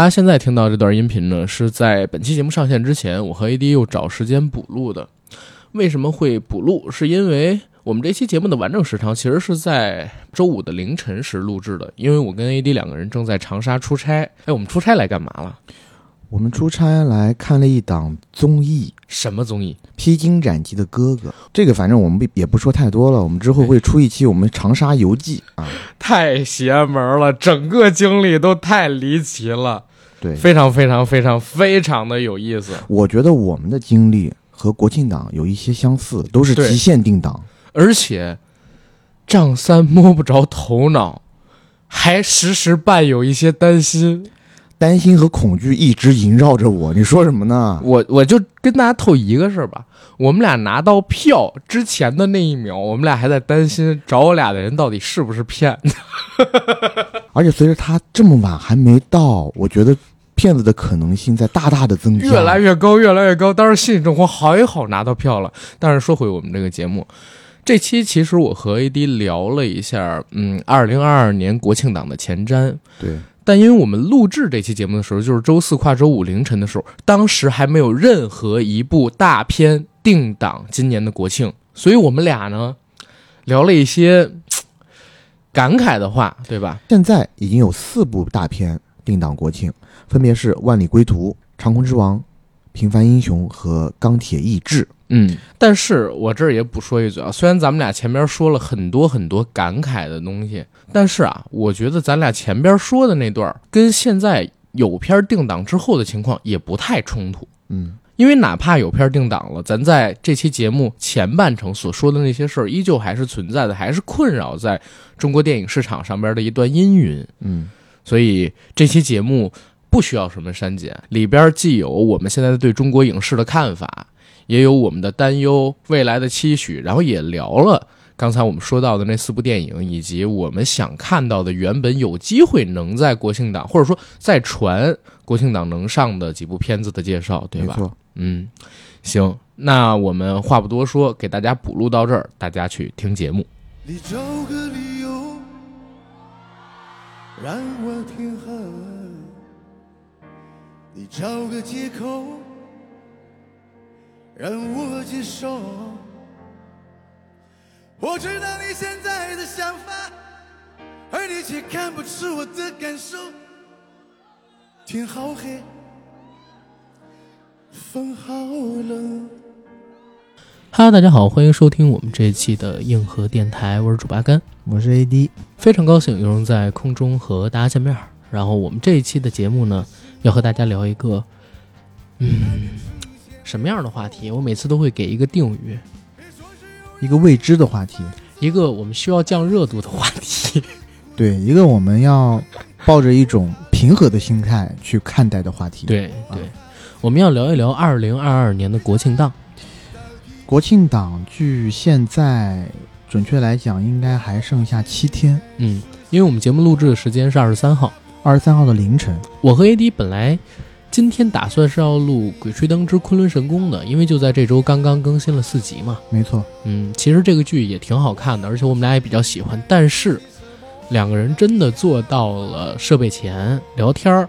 大家现在听到这段音频呢，是在本期节目上线之前，我和 AD 又找时间补录的。为什么会补录？是因为我们这期节目的完整时长其实是在周五的凌晨时录制的，因为我跟 AD 两个人正在长沙出差。哎，我们出差来干嘛了？我们出差来看了一档综艺什么综艺？ 《披荆斩棘的哥哥》，这个反正我们也不说太多了，我们之后会出一期我们长沙游记啊。太邪门了，整个经历都太离奇了，对，非常非常非常非常的有意思。我觉得我们的经历和国庆档有一些相似，都是对极限定档。而且张三摸不着头脑，还时时伴有一些担心。担心和恐惧一直萦绕着我，你说什么呢？我我就跟大家透一个事儿吧，我们俩拿到票之前的那一秒，我们俩还在担心找我俩的人到底是不是骗子。而且随着他这么晚还没到，我觉得骗子的可能性在大大的增加。越来越高，越来越高。当时心里正慌，好也好拿到票了。但是说回我们这个节目，这期其实我和 AD 聊了一下，嗯，二零二二年国庆档的前瞻。对，但因为我们录制这期节目的时候，就是周四跨周五凌晨的时候，当时还没有任何一部大片定档今年的国庆，所以我们俩呢聊了一些嘖感慨的话，对吧？现在已经有四部大片定档国庆，分别是《万里归途》《长空之王》《平凡英雄》和《钢铁意志》。嗯，但是我这儿也补说一嘴啊，虽然咱们俩前边说了很多很多感慨的东西，但是啊，我觉得咱俩前边说的那段儿跟现在有片定档之后的情况也不太冲突。嗯，因为哪怕有片儿定档了，咱在这期节目前半程所说的那些事儿，依旧还是存在的，还是困扰在中国电影市场上边的一段阴云。嗯，所以这期节目不需要什么删减，里边既有我们现在对中国影视的看法，也有我们的担忧、未来的期许，然后也聊了刚才我们说到的那四部电影，以及我们想看到的原本有机会能在国庆档，或者说在传国庆档能上的几部片子的介绍，对没吧？错。嗯，行，那我们话不多说，给大家补录到这儿，大家去听节目。你找个理由让我听恨，你找个借口让我接受。我知道你现在的想法，而你却看不出我的感受。天好黑，风好冷。 Hello，大家好，欢迎收听我们这一期的硬核电台，我是主八甘，我是 AD，非常高兴有人在空中和大家见面儿。然后我们这一期的节目呢，要和大家聊一个，嗯，什么样的话题？我每次都会给一个定语，一个未知的话题，一个我们需要降热度的话题。对，一个我们要抱着一种平和的心态去看待的话题。， 对啊对，我们要聊一聊二零二二年的国庆档。国庆档距现在准确来讲应该还剩下七天，嗯，因为我们节目录制的时间是二十三号。二十三号的凌晨。我和 AD 本来今天打算是要录《鬼吹灯之昆仑神功》的，因为就在这周刚刚更新了四集嘛。没错，嗯，其实这个剧也挺好看的，而且我们俩也比较喜欢。但是两个人真的坐到了设备前聊天儿，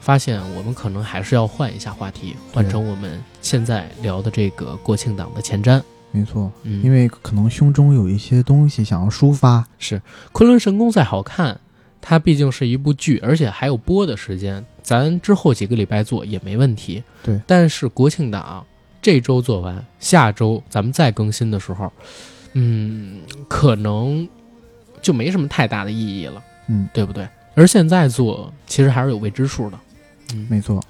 发现我们可能还是要换一下话题，换成我们现在聊的这个国庆档的前瞻。没错，嗯，因为可能胸中有一些东西想要抒发。是《昆仑神功》再好看，它毕竟是一部剧，而且还有播的时间，咱之后几个礼拜做也没问题。对，但是国庆档这周做完，下周咱们再更新的时候，嗯，可能就没什么太大的意义了，嗯，对不对？而现在做其实还是有未知数的。嗯嗯没错，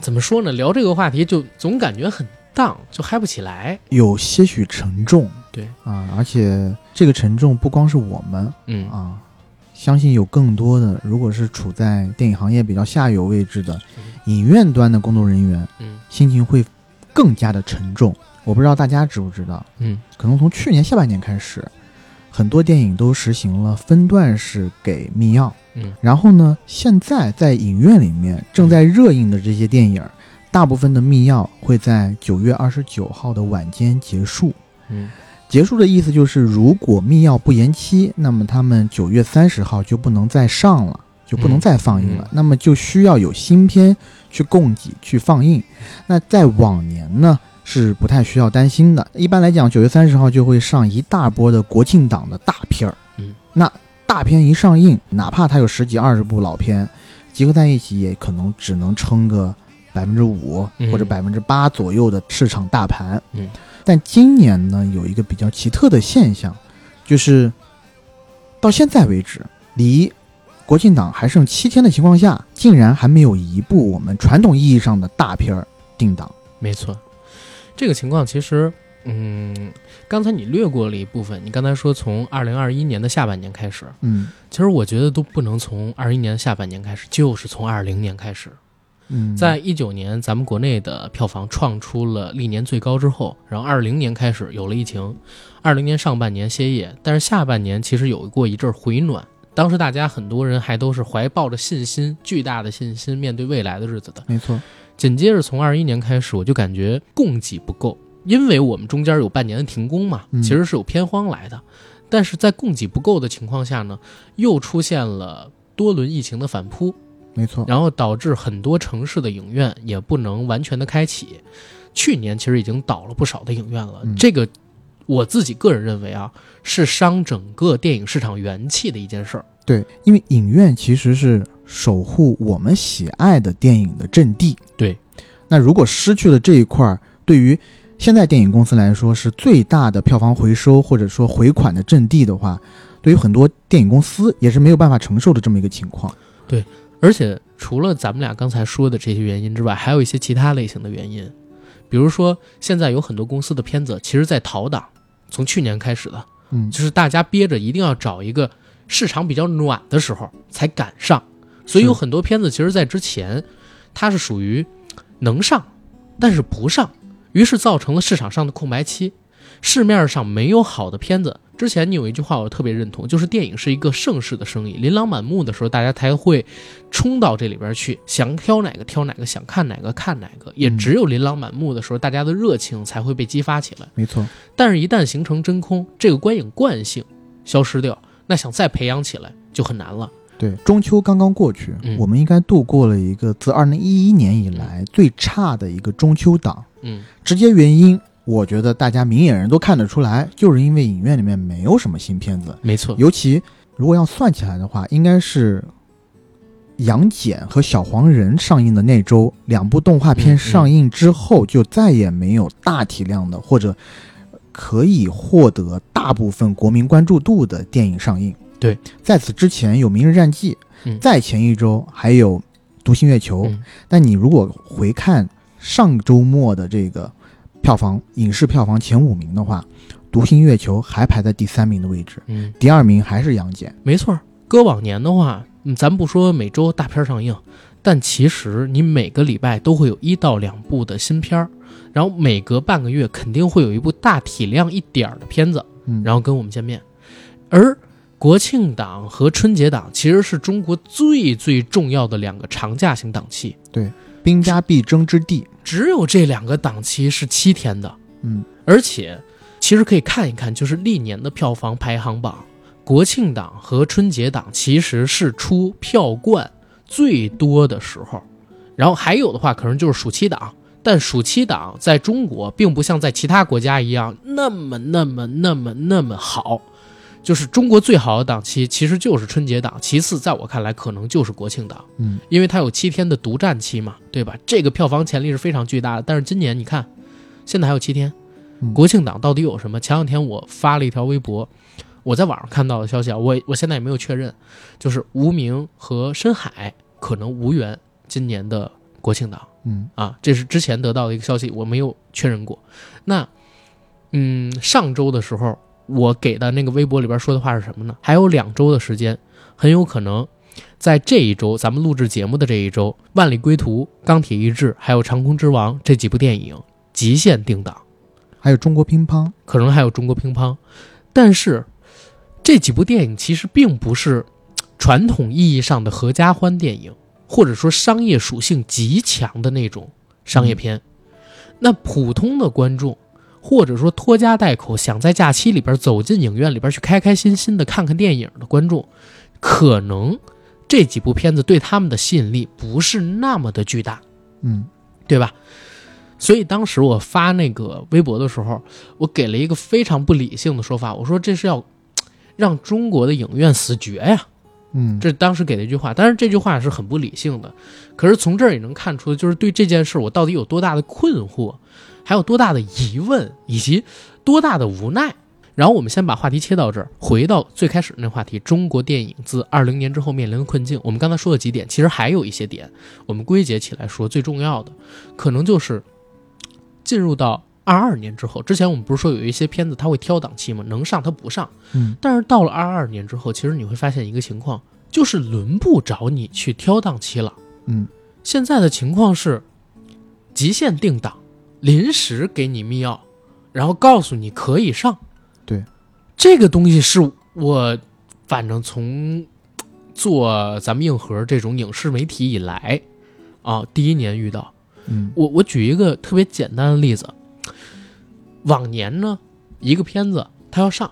怎么说呢？聊这个话题就总感觉很荡，就嗨不起来。有些许沉重。对啊，而且这个沉重不光是我们嗯，啊，相信有更多的，如果是处在电影行业比较下游位置的影院端的工作人员，嗯心情会更加的沉重。我不知道大家知不知道，嗯，可能从去年下半年开始，很多电影都实行了分段式给密钥。嗯，然后呢，现在在影院里面正在热映的这些电影，大部分的密钥会在九月二十九号的晚间结束。嗯，结束的意思就是，如果密钥不延期，那么他们九月三十号就不能再上了，就不能再放映了。嗯那么就需要有新片去供给去放映。那在往年呢是不太需要担心的。一般来讲，九月三十号就会上一大波的国庆档的大片儿。嗯，那大片一上映，哪怕它有十几二十部老片，集合在一起也可能只能撑个百分之五嗯或者百分之八左右的市场大盘。嗯，但今年呢，有一个比较奇特的现象，就是到现在为止，离国庆档还剩七天的情况下，竟然还没有一部我们传统意义上的大片儿定档。没错，这个情况其实，嗯，刚才你略过了一部分。你刚才说从二零二一年的下半年开始，嗯其实我觉得都不能从二一年的下半年开始，就是从二零年开始。嗯，在一九年，咱们国内的票房创出了历年最高之后，然后二零年开始有了疫情，二零年上半年歇业，但是下半年其实有过一阵儿回暖。当时大家很多人还都是怀抱着信心，巨大的信心面对未来的日子的。没错，紧接着从二一年开始，我就感觉供给不够，因为我们中间有半年的停工嘛，嗯其实是有片荒来的。但是在供给不够的情况下呢，又出现了多轮疫情的反扑，没错，然后导致很多城市的影院也不能完全的开启。去年其实已经倒了不少的影院了，嗯这个我自己个人认为啊，是伤整个电影市场元气的一件事儿。对，因为影院其实是守护我们喜爱的电影的阵地。对，那如果失去了这一块儿，对于现在电影公司来说是最大的票房回收或者说回款的阵地的话，对于很多电影公司也是没有办法承受的这么一个情况。而且除了咱们俩刚才说的这些原因之外，还有一些其他类型的原因，比如说现在有很多公司的片子其实在逃档，从去年开始的，嗯，就是大家憋着一定要找一个市场比较暖的时候才敢上，所以是有很多片子其实在之前它是属于能上，但是不上，于是造成了市场上的空白期。市面上没有好的片子。之前你有一句话我特别认同，就是电影是一个盛世的生意，琳琅满目的时候，大家才会冲到这里边去，想挑哪个挑哪个，想看哪个看哪个。也嗯只有琳琅满目的时候，大家的热情才会被激发起来。没错，但是，一旦形成真空，这个观影惯性消失掉，那想再培养起来就很难了。对，中秋刚刚过去，嗯我们应该度过了一个自二零一一年以来最差的一个中秋档。嗯，直接原因，我觉得大家明眼人都看得出来，就是因为影院里面没有什么新片子，没错，尤其如果要算起来的话，应该是《杨戬》和《小黄人》上映的那周，两部动画嗯片嗯上映之后，就再也没有大体量的或者可以获得大部分国民关注度的电影上映。对，在此之前有《明日战记》嗯再前一周还有《独行月球》嗯但你如果回看上周末的这个票房影视票房前五名的话，《独行月球》还排在第三名的位置。嗯，第二名还是杨戬。没错。搁往年的话，嗯，咱不说每周大片上映，但其实你每个礼拜都会有一到两部的新片儿，然后每隔半个月肯定会有一部大体量一点儿的片子，嗯然后跟我们见面。而国庆档和春节档其实是中国最最重要的两个长假型档期，兵家必争之地。只有这两个档期是七天的，嗯，而且其实可以看一看，就是历年的票房排行榜，国庆档和春节档其实是出票冠最多的时候，然后还有的话可能就是暑期档。但暑期档在中国并不像在其他国家一样那么、那么、那么、那么好，就是中国最好的档期其实就是春节档，其次在我看来可能就是国庆档。嗯，因为它有七天的独占期嘛，对吧？这个票房潜力是非常巨大的。但是今年你看，现在还有七天，嗯国庆档到底有什么？前两天我发了一条微博，我在网上看到的消息啊，我我现在也没有确认，就是《无名》和《深海》可能无缘今年的国庆档嗯，啊，这是之前得到的一个消息，我没有确认过。那，嗯，上周的时候我给的那个微博里边说的话是什么呢？还有两周的时间，很有可能在这一周，咱们录制节目的这一周，《万里归途》《钢铁意志》还有《长空之王》这几部电影极限定档，还有中国乒乓。可能还有中国乒乓。但是这几部电影其实并不是嘖传统意义上的合家欢电影，或者说商业属性极强的那种商业片。那普通的观众。或者说拖家带口想在假期里边走进影院里边去开开心心的看看电影的观众，可能这几部片子对他们的吸引力不是那么的巨大，嗯对吧？所以当时我发那个微博的时候，我给了一个非常不理性的说法，我说这是要让中国的影院死绝呀、嗯，这是当时给的一句话，当然这句话是很不理性的，可是从这儿也能看出，就是对这件事我到底有多大的困惑，还有多大的疑问，以及多大的无奈。然后我们先把话题切到这儿，回到最开始那话题：中国电影自二零年之后面临的困境。我们刚才说了几点，其实还有一些点，我们归结起来说最重要的，可能就是进入到二二年之后。之前我们不是说有一些片子它会挑档期吗？能上它不上，嗯但是到了二二年之后，其实你会发现一个情况，就是轮不着你去挑档期了。嗯，现在的情况是，极限定档，临时给你密钥，然后告诉你可以上。对，这个东西是我，反正从做咱们硬核这种影视媒体以来，啊，第一年遇到。嗯我我举一个特别简单的例子，往年呢，一个片子它要上，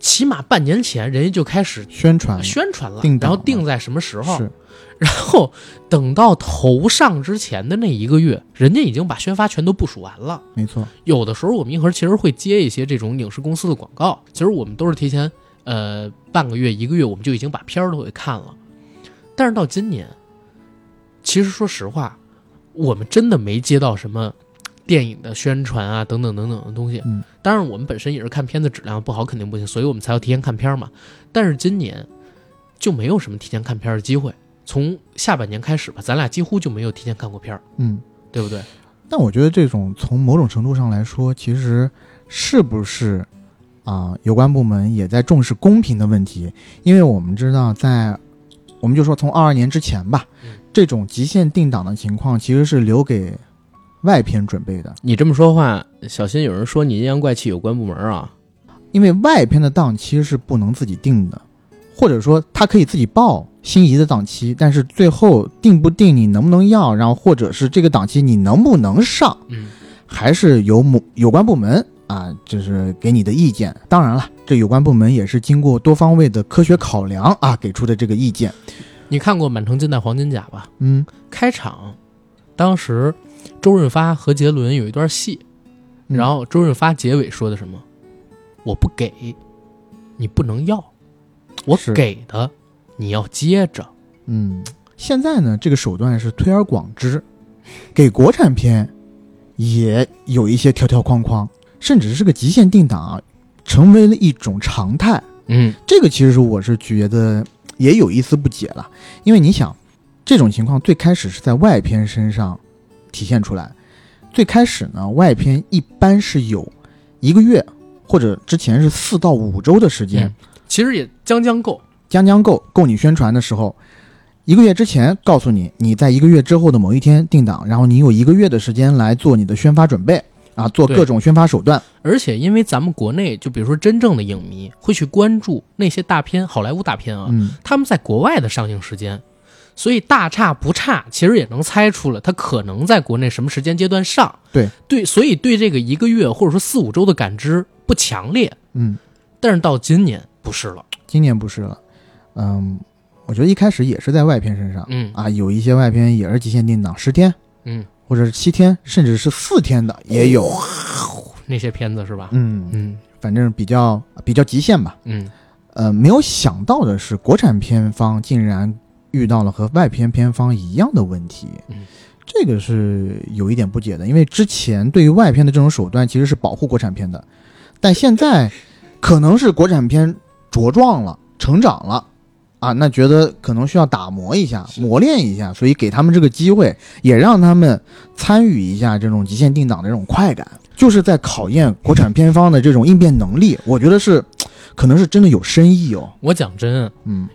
起码半年前人家就开始宣传宣传了，啊定档然了后定在什么时候，是然后等到头上之前的那一个月，人家已经把宣发全都部署完了。没错，有的时候我们硬核其实会接一些这种影视公司的广告，其实我们都是提前呃半个月一个月我们就已经把片儿都给看了，但是到今年，其实说实话，我们真的没接到什么电影的宣传啊等等等等的东西。嗯，当然我们本身也是看片子质量不好肯定不行，所以我们才要提前看片儿嘛。但是今年就没有什么提前看片儿的机会，从下半年开始吧，咱俩几乎就没有提前看过片儿，嗯。对不对？但我觉得这种从某种程度上来说，其实是不是啊、有关部门也在重视公平的问题？因为我们知道在，我们就说从二二年之前吧嗯，这种极限定档的情况其实是留给外片准备的，你这么说话，小心有人说你阴阳怪气有关部门啊。因为外片的档期是不能自己定的，或者说他可以自己报心仪的档期，但是最后定不定你能不能要，然后或者是这个档期你能不能上，嗯，还是由某有关部门啊，就是给你的意见。当然了，这有关部门也是经过多方位的科学考量啊，给出的这个意见。你看过《满城尽带黄金甲》吧？嗯开场，当时周润发和杰伦有一段戏，嗯然后周润发结尾说的什么？我不给，你不能要，我是给的你要接着。嗯，现在呢，这个手段是推而广之，给国产片也有一些条条框框，甚至是个极限定档啊，成为了一种常态。嗯这个其实我是觉得也有一丝不解了，因为你想，这种情况最开始是在外片身上体现出来。最开始呢，外片一般是有一个月或者之前是四到五周的时间，嗯其实也将将够。将将够够你宣传的时候，一个月之前告诉你，你在一个月之后的某一天定档，然后你有一个月的时间来做你的宣发准备啊，做对各种宣发手段。而且因为咱们国内，就比如说真正的影迷会去关注那些大片，好莱坞大片啊，嗯，他们在国外的上映时间，所以大差不差，其实也能猜出了他可能在国内什么时间阶段上。对对，所以对这个一个月或者说四五周的感知不强烈，嗯，但是到今年不是了。今年不是了，嗯，我觉得一开始也是在外片身上，嗯啊，有一些外片也是极限定档，十天嗯，或者是七天，甚至是四天的也有。哦那些片子是吧？嗯，嗯反正比较比较极限吧。嗯，呃，没有想到的是，国产片方竟然遇到了和外片片方一样的问题。嗯这个是有一点不解的，因为之前对于外片的这种手段其实是保护国产片的，但现在可能是国产片茁壮了、成长了。啊，那觉得可能需要打磨一下、磨练一下，所以给他们这个机会，也让他们参与一下这种极限定档的这种快感，就是在考验国产片方的这种应变能力。我觉得是，可能是真的有深意哦。我讲真啊，嗯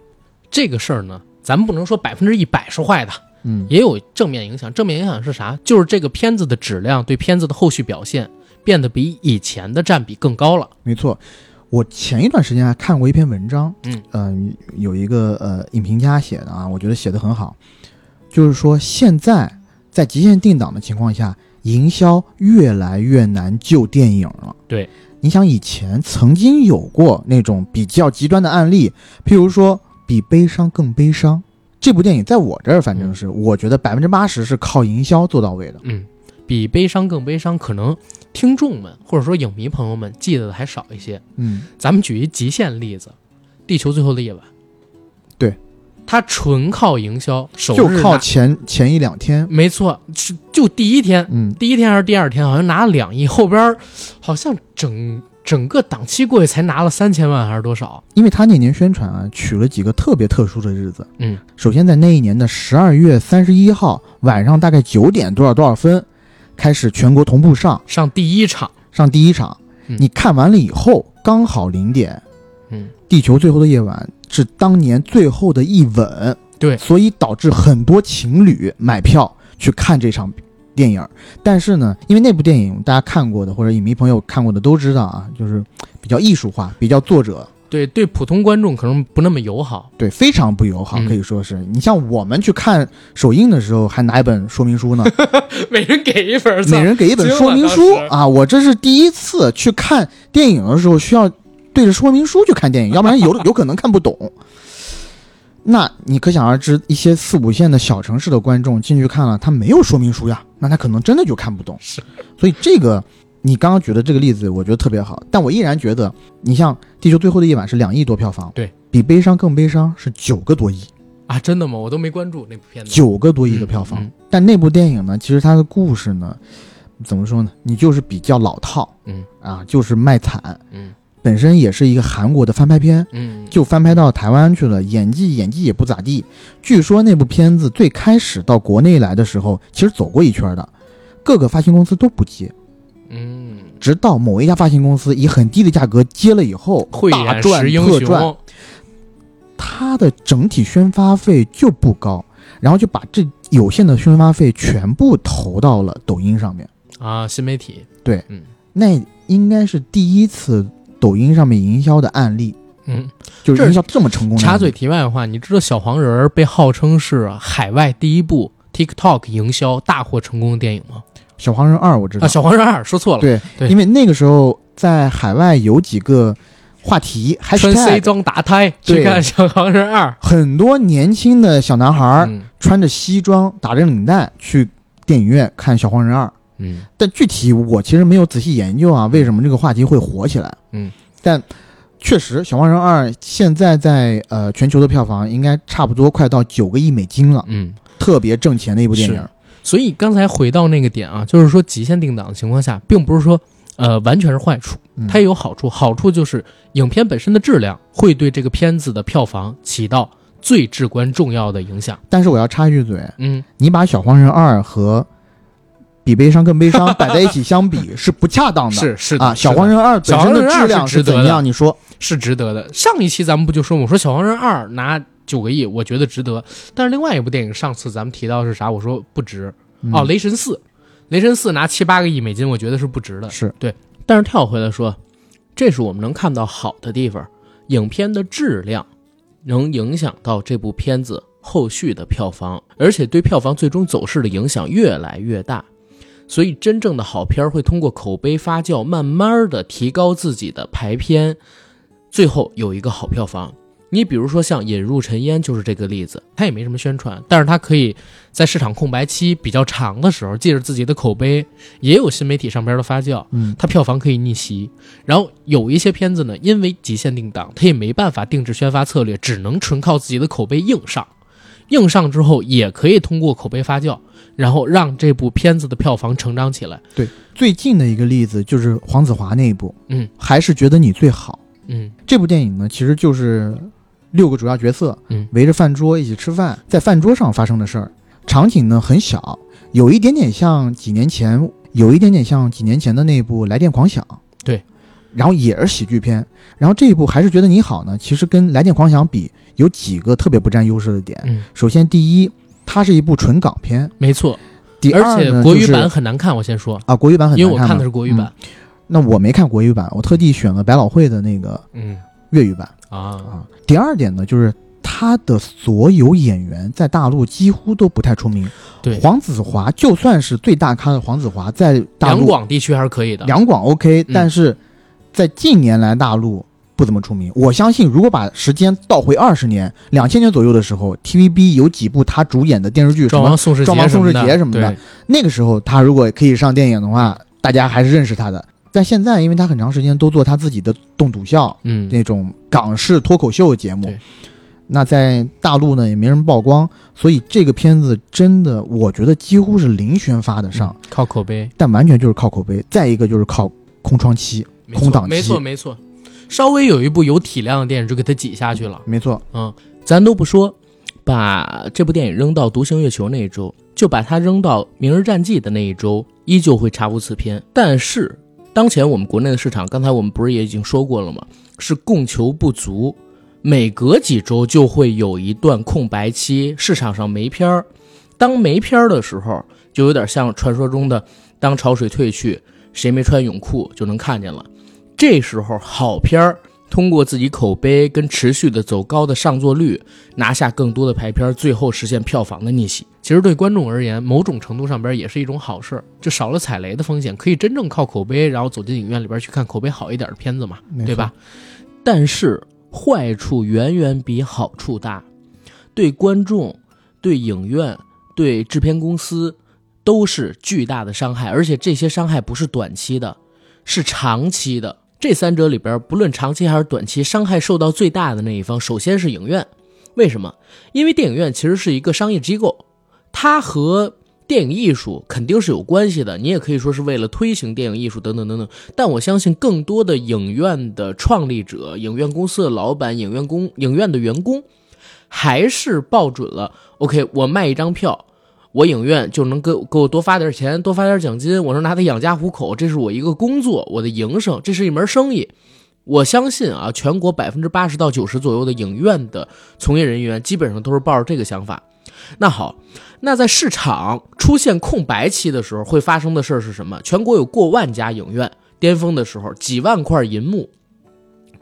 这个事儿呢，咱们不能说百分之一百是坏的，嗯也有正面影响。正面影响是啥？就是这个片子的质量对片子的后续表现变得比以前的占比更高了。没错，我前一段时间还看过一篇文章，嗯嗯、有一个呃影评家写的啊，我觉得写的很好，就是说现在在极限定档的情况下，营销越来越难救电影了。对，你想以前曾经有过那种比较极端的案例，譬如说比悲伤更悲伤。这部电影在我这儿，反正是我觉得百分之八十是靠营销做到位的。嗯，比悲伤更悲伤，可能听众们或者说影迷朋友们记得的还少一些。嗯，咱们举一极限例子，《地球最后的夜晚》，对，它纯靠营销，首就日靠拿前前一两天，没错，是就第一天，嗯，第一天还是第二天，好像拿了两亿，后边儿好像整整个档期过去才拿了三千万还是多少？因为他那年宣传啊，取了几个特别特殊的日子。嗯，首先在那一年的十二月三十一号晚上大概九点多少多少分，开始全国同步上上第一场，上第一场。嗯你看完了以后，刚好零点，嗯， 《地球最后的夜晚》是当年最后的一吻，对所以导致很多情侣买票去看这场电影。但是呢，因为那部电影大家看过的或者影迷朋友看过的都知道啊，就是比较艺术化，比较作者对对，普通观众可能不那么友好。 对非常不友好，嗯可以说是你像我们去看首映的时候，还拿一本说明书呢，每人给一分儿，每人给一本说明惊书了当时啊！我这是第一次去看电影的时候需要对着说明书去看电影，要不 然有有可能看不懂。那你可想而知，一些四五线的小城市的观众进去看了，他没有说明书呀，那他可能真的就看不懂。是，所以这个你刚刚举的这个例子，我觉得特别好，但我依然觉得，你像《地球最后的夜晚》是两亿多票房，对，比《悲伤更悲伤》是九个多亿，啊！真的吗？我都没关注那部片子。九个多亿的票房。嗯嗯但那部电影呢，其实它的故事呢，怎么说呢？你就是比较老套，嗯啊，就是卖惨，嗯本身也是一个韩国的翻拍片，嗯，就翻拍到台湾去了，演技演技也不咋地。据说那部片子最开始到国内来的时候，其实走过一圈的，各个发行公司都不接，嗯，直到某一家发行公司以很低的价格接了以后，慧大眼赚识英特赚。雄，它的整体宣发费就不高，然后就把这有限的宣发费全部投到了抖音上面。啊，新媒体，那应该是第一次抖音上面营销的案例，嗯，就是这营销这么成功的案嗯插例。嘴题外话，你知道小黄人儿被号称是啊海外第一部 TikTok 营销大获成功的电影吗？小黄人二我知道，啊，小黄人二说错了，对，对因为那个时候在海外有几个话题穿西，#hashtag 装打胎对去看小黄人二。很多年轻的小男孩儿嗯穿着西装打着领带去电影院看《小黄人二》。嗯但具体我其实没有仔细研究啊，为什么这个话题会火起来？嗯，但确实，《小黄人二》现在在呃全球的票房应该差不多快到九个亿美金了，嗯，特别挣钱的一部电影是。所以刚才回到那个点啊，就是说极限定档的情况下，并不是说呃完全是坏处，嗯它也有好处。好处就是影片本身的质量会对这个片子的票房起到最至关重要的影响。但是我要插一句嘴，嗯，你把《小黄人二》和比悲伤更悲伤摆在一起相比是不恰当的。是是的啊，《小是的黄人二》本身的小黄质量人二是值得怎的样？你说是值得的。上一期咱们不就说吗，我说《小黄人二》拿九个亿，我觉得值得。但是另外一部电影，上次咱们提到是啥？我说不值。嗯哦，《雷神四》，《雷神四》拿七八个亿美金，我觉得是不值的。是但是跳回来说，这是我们能看到好的地方，影片的质量能影响到这部片子后续的票房，而且对票房最终走势的影响越来越大。所以，真正的好片儿会通过口碑发酵，慢慢的提高自己的排片，最后有一个好票房。你比如说像《引入尘烟》就是这个例子，它也没什么宣传，但是它可以在市场空白期比较长的时候，借着自己的口碑，也有新媒体上边的发酵，嗯，它票房可以逆袭。然后有一些片子呢，因为极限定档，它也没办法定制宣发策略，只能纯靠自己的口碑硬上。硬上之后，也可以通过口碑发酵，然后让这部片子的票房成长起来。最近的一个例子就是黄子华那一部，嗯，还是觉得你最好。嗯这部电影呢，其实就是六个主要角色，嗯围着饭桌一起吃饭，在饭桌上发生的事儿。场景呢很小，有一点点像几年前，有一点点像几年前的那部《来电狂想》。对，然后也是喜剧片。然后这一部还是觉得你好呢，其实跟《来电狂想》比，有几个特别不占优势的点。嗯，首先，第一，它是一部纯港片；没错，第而二且呢，国语就是版很难看。我先说，啊，国语版很因难为我看看嘛的是国语版。嗯那我没看国语版，我特地选了百老汇的那个嗯粤语版。啊，啊。第二点呢，就是他的所有演员在大陆几乎都不太出名。对，黄子华就算是最大咖的黄子华，在大陆两广地区还是可以的。两广 OK，、嗯但是在近年来大陆不怎么出名。我相信，如果把时间倒回二十年，两千年左右的时候，TVB 有几部他主演的电视剧，什壮么王宋世壮王杰宋世杰什什么么的的，对那个时候他如果可以上电影的话，大家还是认识他的。但现在，因为他很长时间都做他自己的动笃笑嗯，那种港式脱口秀节目对，那在大陆呢也没人曝光，所以这个片子真的，我觉得几乎是零宣发的上，嗯靠口碑，但完全就是靠口碑。再一个就是靠空窗期，没错空档期没错没错，稍微有一部有体量的电影就给它挤下去了。没错，咱都不说，把这部电影扔到《独行月球》那一周，就把它扔到《明日战记》的那一周，依旧会查无此片。但是，当前我们国内的市场，刚才我们不是也已经说过了吗？是供求不足，每隔几周就会有一段空白期，市场上没片儿。当没片儿的时候，就有点像传说中的“当潮水退去，谁没穿泳裤就能看见了”。这时候，好片儿通过自己口碑跟持续的走高的上座率，拿下更多的排片，最后实现票房的逆袭。其实对观众而言，某种程度上边也是一种好事儿，就少了踩雷的风险，可以真正靠口碑，然后走进影院里边去看口碑好一点的片子嘛，没错对吧？？但是坏处远远比好处大，对观众、对影院、对制片公司都是巨大的伤害，而且这些伤害不是短期的，是长期的。这三者里边，不论长期还是短期，伤害受到最大的那一方，首先是影院。为什么？因为电影院其实是一个商业机构，它和电影艺术肯定是有关系的。你也可以说是为了推行电影艺术等等等等。但我相信更多的影院的创立者、影院公司的老板、影院工、影院的员工，还是抱准了 OK，我卖一张票，我影院就能给给我多发点钱，多发点奖金，我能拿它养家糊口，这是我一个工作，我的营生，这是一门生意。我相信啊，全国百分之八十到九十左右的影院的从业人员基本上都是抱着这个想法。那好，那在市场出现空白期的时候，会发生的事儿是什么？全国有过万家影院，巅峰的时候几万块银幕，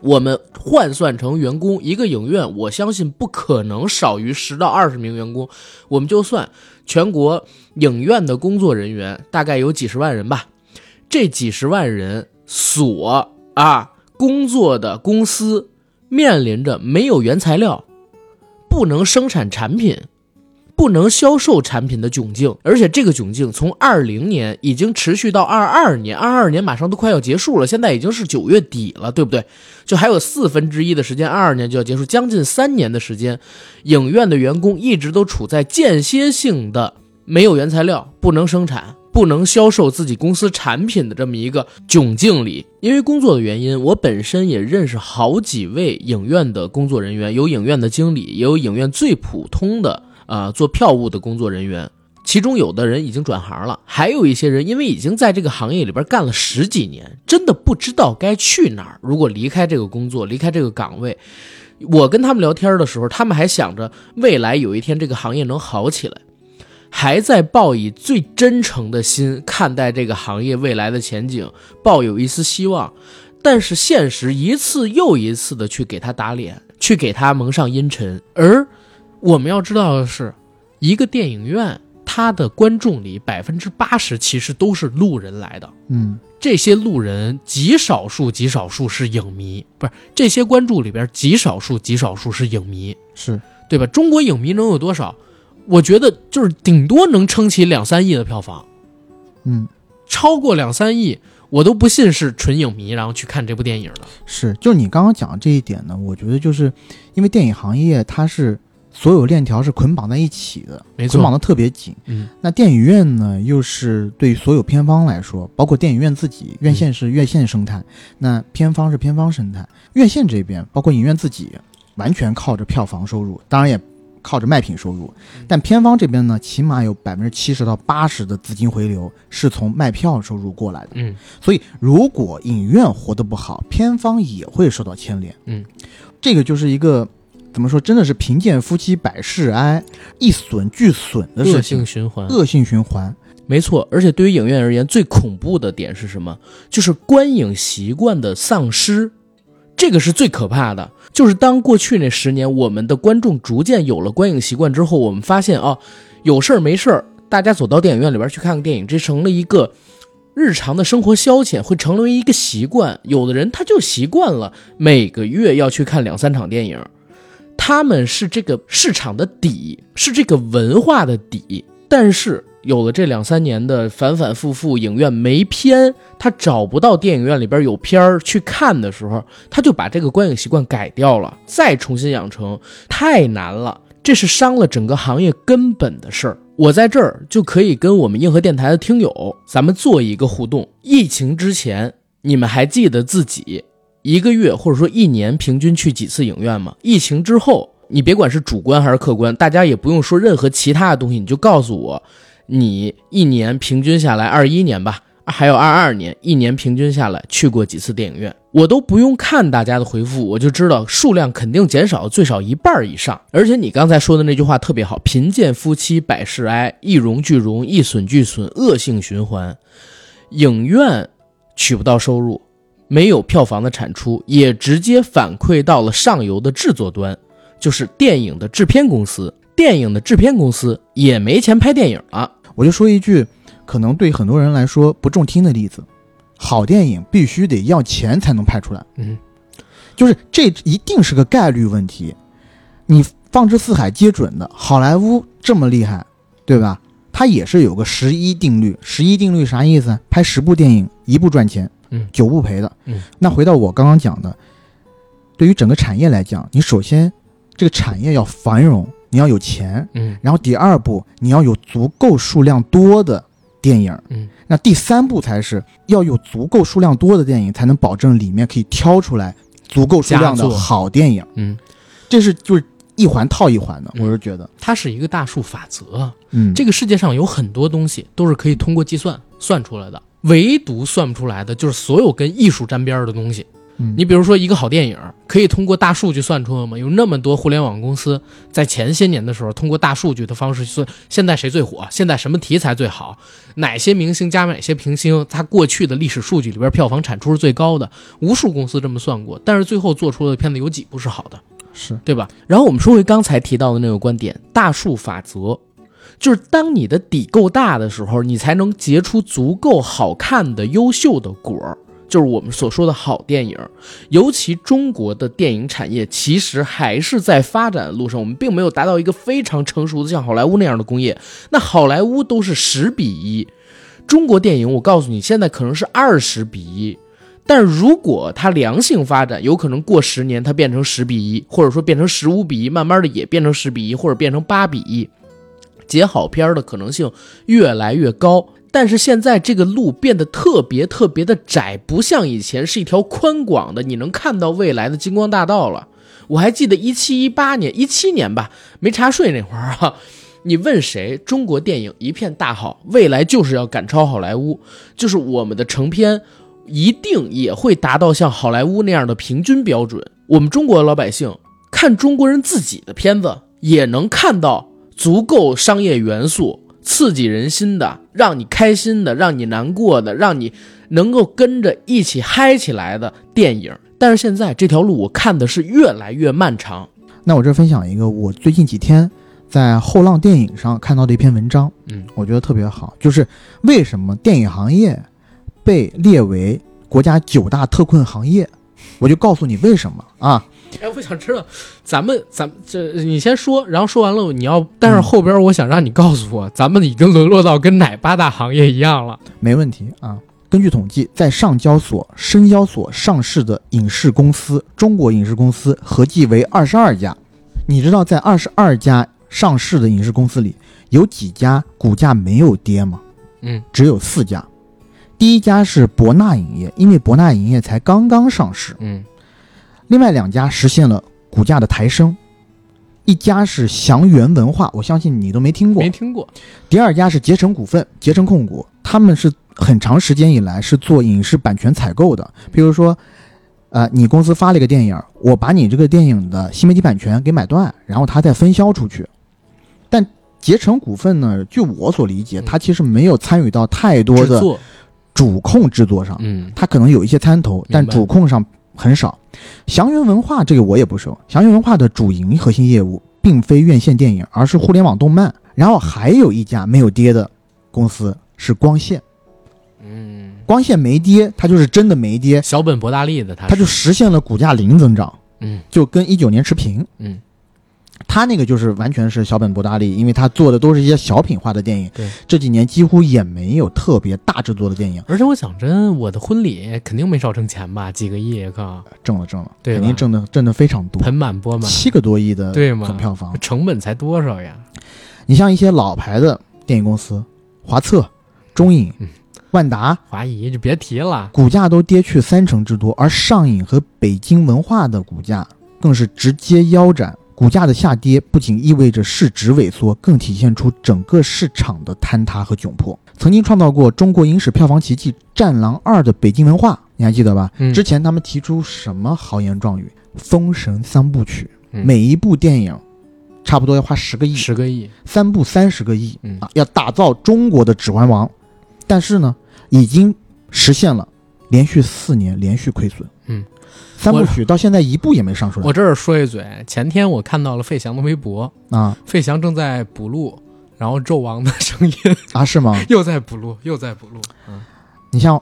我们换算成员工，一个影院，我相信不可能少于十到二十名员工。我们就算全国影院的工作人员大概有几十万人吧，这几十万人所啊工作的公司面临着没有原材料，不能生产产品。不能销售产品的窘境，而且这个窘境从二零年已经持续到二二年，二二年马上都快要结束了，现在已经是九月底了，对不对？就还有四分之一的时间，二二年就要结束，将近三年的时间，影院的员工一直都处在间歇性的没有原材料、不能生产、不能销售自己公司产品的这么一个窘境里。因为工作的原因，我本身也认识好几位影院的工作人员，有影院的经理，也有影院最普通的啊、呃做票务的工作人员。其中有的人已经转行了，还有一些人因为已经在这个行业里边干了十几年，真的不知道该去哪儿。如果离开这个工作，离开这个岗位，我跟他们聊天的时候，他们还想着未来有一天这个行业能好起来，还在抱以最真诚的心看待这个行业未来的前景，抱有一丝希望。但是现实一次又一次的去给他打脸，去给他蒙上阴沉。而我们要知道的是，一个电影院它的观众里百分之八十其实都是路人来的，嗯，这些路人极少数极少数是影迷，不是这些关注里边极少数极少数是影迷，是对吧？中国影迷能有多少？我觉得就是顶多能撑起两三亿的票房，嗯，超过两三亿，我都不信是纯影迷然后去看这部电影的。是，就是你刚刚讲的这一点呢，我觉得就是因为电影行业它是所有链条是捆绑在一起的，没捆绑错，的特别紧。嗯，那电影院呢，又是对所有片方来说，包括电影院自己，院线是院线生态，那片方是片方生态，院线这边包括影院自己，完全靠着票房收入，当然也靠着卖品收入。但片方这边呢，起码有百分之七十到八十的资金回流是从卖票收入过来的。嗯，所以，如果影院活得不好，片方也会受到牵连。嗯，这个就是一个怎么说，真的是贫贱夫妻百事哀，一损俱损的恶事性情，循嗯环，恶性循环。没错，而且对于影院而言，最恐怖的点是什么？就是观影习惯的丧失，这个是最可怕的。就是当过去那十年，我们的观众逐渐有了观影习惯之后，我们发现啊，有事儿没事儿，大家走到电影院里边去看个电影，这成了一个日常的生活消遣会成为一个习惯，有的人他就习惯了每个月要去看两三场电影，他们是这个市场的底，是这个文化的底。但是有了这两三年的反反复复，影院没片，他找不到电影院里边有片儿去看的时候，他就把这个观影习惯改掉了，再重新养成太难了，这是伤了整个行业根本的事儿。我在这儿就可以跟我们硬核电台的听友，咱们做一个互动。疫情之前，你们还记得自己一个月或者说一年平均去几次影院吗？疫情之后，你别管是主观还是客观，大家也不用说任何其他的东西，你就告诉我，你一年平均下来，二一年吧，还有二二年，一年平均下来去过几次电影院？我都不用看大家的回复，我就知道数量肯定减少最少一半以上。而且你刚才说的那句话特别好：“贫贱夫妻百事哀，一荣俱荣，一损俱损，恶性循环。”影院取不到收入，没有票房的产出，也直接反馈到了上游的制作端，就是电影的制片公司。电影的制片公司也没钱拍电影了。我就说一句，可能对很多人来说不中听的例子：好电影必须得要钱才能拍出来，嗯，就是这一定是个概率问题。你放之四海皆准的，好莱坞这么厉害，对吧？它也是有个十一定律。十一定律啥意思？拍十部电影，一部赚钱，嗯九部赔的。嗯，那回到我刚刚讲的，对于整个产业来讲，你首先这个产业要繁荣，你要有钱，嗯然后第二步你要有足够数量多的电影，嗯，那第三步才是要有足够数量多的电影，才能保证里面可以挑出来足够数量佳的作好电影。嗯，这是就是一环套一环的，嗯我是觉得，它是一个大数法则啊。嗯，这个世界上有很多东西都是可以通过计算算出来的，唯独算不出来的就是所有跟艺术沾边儿的东西。嗯你比如说一个好电影，可以通过大数据算出来吗？有那么多互联网公司在前些年的时候，通过大数据的方式去算，现在谁最火，现在什么题材最好，哪些明星加哪些明星，它过去的历史数据里边票房产出是最高的，无数公司这么算过，但是最后做出的片子有几部是好的？是对吧？然后我们说回刚才提到的那个观点，大数法则，就是当你的底够大的时候，你才能结出足够好看的、优秀的果儿，就是我们所说的好电影。尤其中国的电影产业其实还是在发展的路上，我们并没有达到一个非常成熟的像好莱坞那样的工业。那好莱坞都是十比一，中国电影我告诉你，现在可能是二十比一。但如果它良性发展，有可能过十年它变成十比一，或者说变成十五比一，慢慢的也变成十比一，或者变成八比一，结好片儿的可能性越来越高。但是现在这个路变得特别特别的窄，不像以前是一条宽广的，你能看到未来的金光大道了。我还记得一七一八年，一七年吧，没查税那会儿啊，你问谁，中国电影一片大好，未来就是要赶超好莱坞，就是我们的成片一定也会达到像好莱坞那样的平均标准。我们中国老百姓看中国人自己的片子，也能看到足够商业元素、刺激人心的、让你开心的、让你难过的、让你能够跟着一起嗨起来的电影。但是现在这条路，我看的是越来越漫长。那我这分享一个我最近几天在后浪电影上看到的一篇文章，嗯，我觉得特别好，就是为什么电影行业被列为国家九大特困行业，我就告诉你为什么啊。哎，我想知道，咱们咱们这你先说，然后说完了你要，但是后边我想让你告诉我，咱们已经沦落到跟哪八大行业一样了？没问题啊。根据统计，在上交所、深交所上市的影视公司，中国影视公司合计为二十二家。你知道，在二十二家上市的影视公司里，有几家股价没有跌吗？嗯，只有四家。第一家是博纳影业，因为博纳影业才刚刚上市；嗯另外两家实现了股价的抬升，一家是祥源文化，我相信你都没听过，没听过。第二家是捷诚股份、捷诚控股，他们是很长时间以来是做影视版权采购的。比如说，呃，你公司发了一个电影，我把你这个电影的新媒体版权给买断，然后它再分销出去。但捷诚股份呢，据我所理解，它其实没有参与到太多嗯制的作，主控制作上，嗯它可能有一些参投，但明白主控上很少。祥云文化这个我也不熟，祥云文化的主营核心业务并非院线电影，而是互联网动漫。然后还有一家没有跌的公司是光线，嗯，光线没跌，它就是真的没跌，小本博大利的他它就实现了股价零增长，嗯，就跟一九年持平，嗯。他那个就是完全是小本博大利，因为他做的都是一些小品化的电影。对，这几年几乎也没有特别大制作的电影而且我想真，我的婚礼肯定没少挣钱吧？几个亿，靠，挣了挣了，对吧肯定挣的挣的非常多，盆满钵满，七个多亿的对吗总票房。成本才多少呀？你像一些老牌的电影公司，华策、中影嗯、万达，华谊就别提了，股价都跌去三成之多，而上影和北京文化的股价更是直接腰斩。股价的下跌不仅意味着市值萎缩，更体现出整个市场的坍塌和窘迫。曾经创造过中国影史票房奇迹《战狼二》的北京文化，你还记得吧？嗯之前他们提出什么豪言壮语？封神三部曲，嗯每一部电影差不多要花十个亿，十个亿，三部三十个亿、嗯啊，要打造中国的《指环王》，但是呢，已经实现了连续四年连续亏损。嗯，三部曲到现在一部也没上出来我这儿说一嘴，前天我看到了费翔的微博，啊费翔正在补录，然后纣王的声音啊是吗？又在补录，又在补录，你像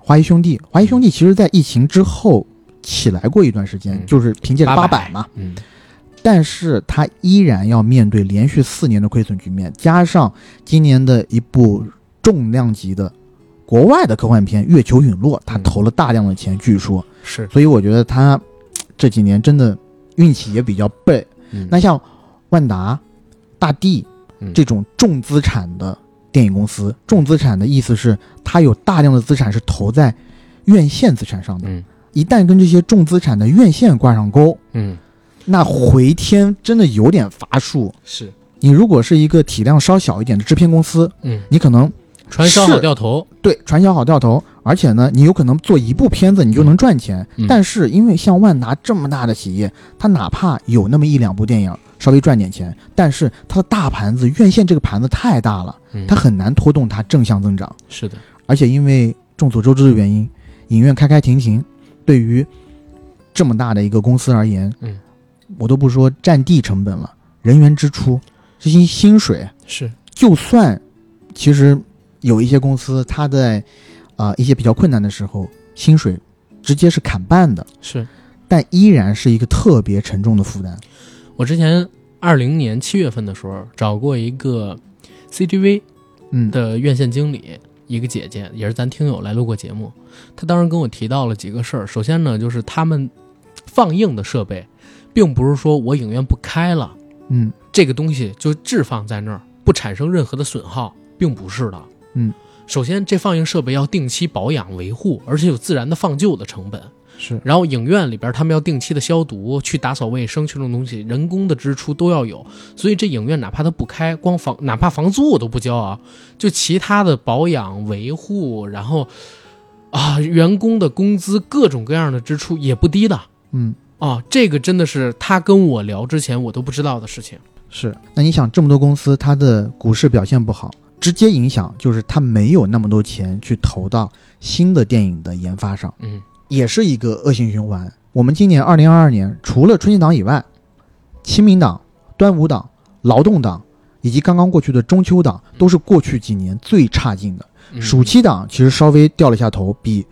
华谊兄弟，华谊兄弟其实在疫情之后起来过一段时间，嗯就是凭借着八八百百嘛，嗯，但是他依然要面对连续四年的亏损局面，加上今年的一部重量级的国外的科幻片《月球陨落》，他嗯投了大量的钱，据说。是，所以我觉得他这几年真的运气也比较背。嗯那像万达、大地嗯这种重资产的电影公司，重资产的意思是它有大量的资产是投在院线资产上的，嗯一旦跟这些重资产的院线挂上钩，嗯那回天真的有点乏术。是，你如果是一个体量稍小一点的制片公司，嗯，你可能传销是好掉头，对，传销好掉头，而且呢，你有可能做一部片子你就能赚钱。嗯但是因为像万达这么大的企业，它哪怕有那么一两部电影稍微赚点钱，但是它的大盘子院线这个盘子太大了，嗯它很难拖动它正向增长。是的，而且因为众所周知的原因，影院开开停停，对于这么大的一个公司而言，嗯，我都不说占地成本了，人员支出、这些薪水，是，就算其实有一些公司，它在啊、呃一些比较困难的时候，薪水直接是砍半的，是但依然是一个特别沉重的负担。我之前二零年七月份的时候找过一个 CGV 嗯，的院线经理，一个姐姐，也是咱听友来录过节目。她当时跟我提到了几个事儿。首先呢，就是他们放映的设备，并不是说我影院不开了，嗯这个东西就置放在那儿，不产生任何的损耗，并不是的。嗯，首先这放映设备要定期保养维护，而且有自然的放旧的成本。是然后影院里边他们要定期的消毒、去打扫卫生，去弄东西，人工的支出都要有。所以这影院哪怕它不开，光房哪怕房租我都不交啊，就其他的保养维护，然后啊员工的工资各种各样的支出也不低的嗯啊。这个真的是他跟我聊之前我都不知道的事情。是。那你想，这么多公司，它的股市表现不好，直接影响就是它没有那么多钱去投到新的电影的研发上。嗯，也是一个恶性循环。我们今年二零二二年，除了春节档以外，亲民档、端午档、劳动档以及刚刚过去的中秋档，都是过去几年最差劲的。嗯暑期档其实稍微掉了一下头，比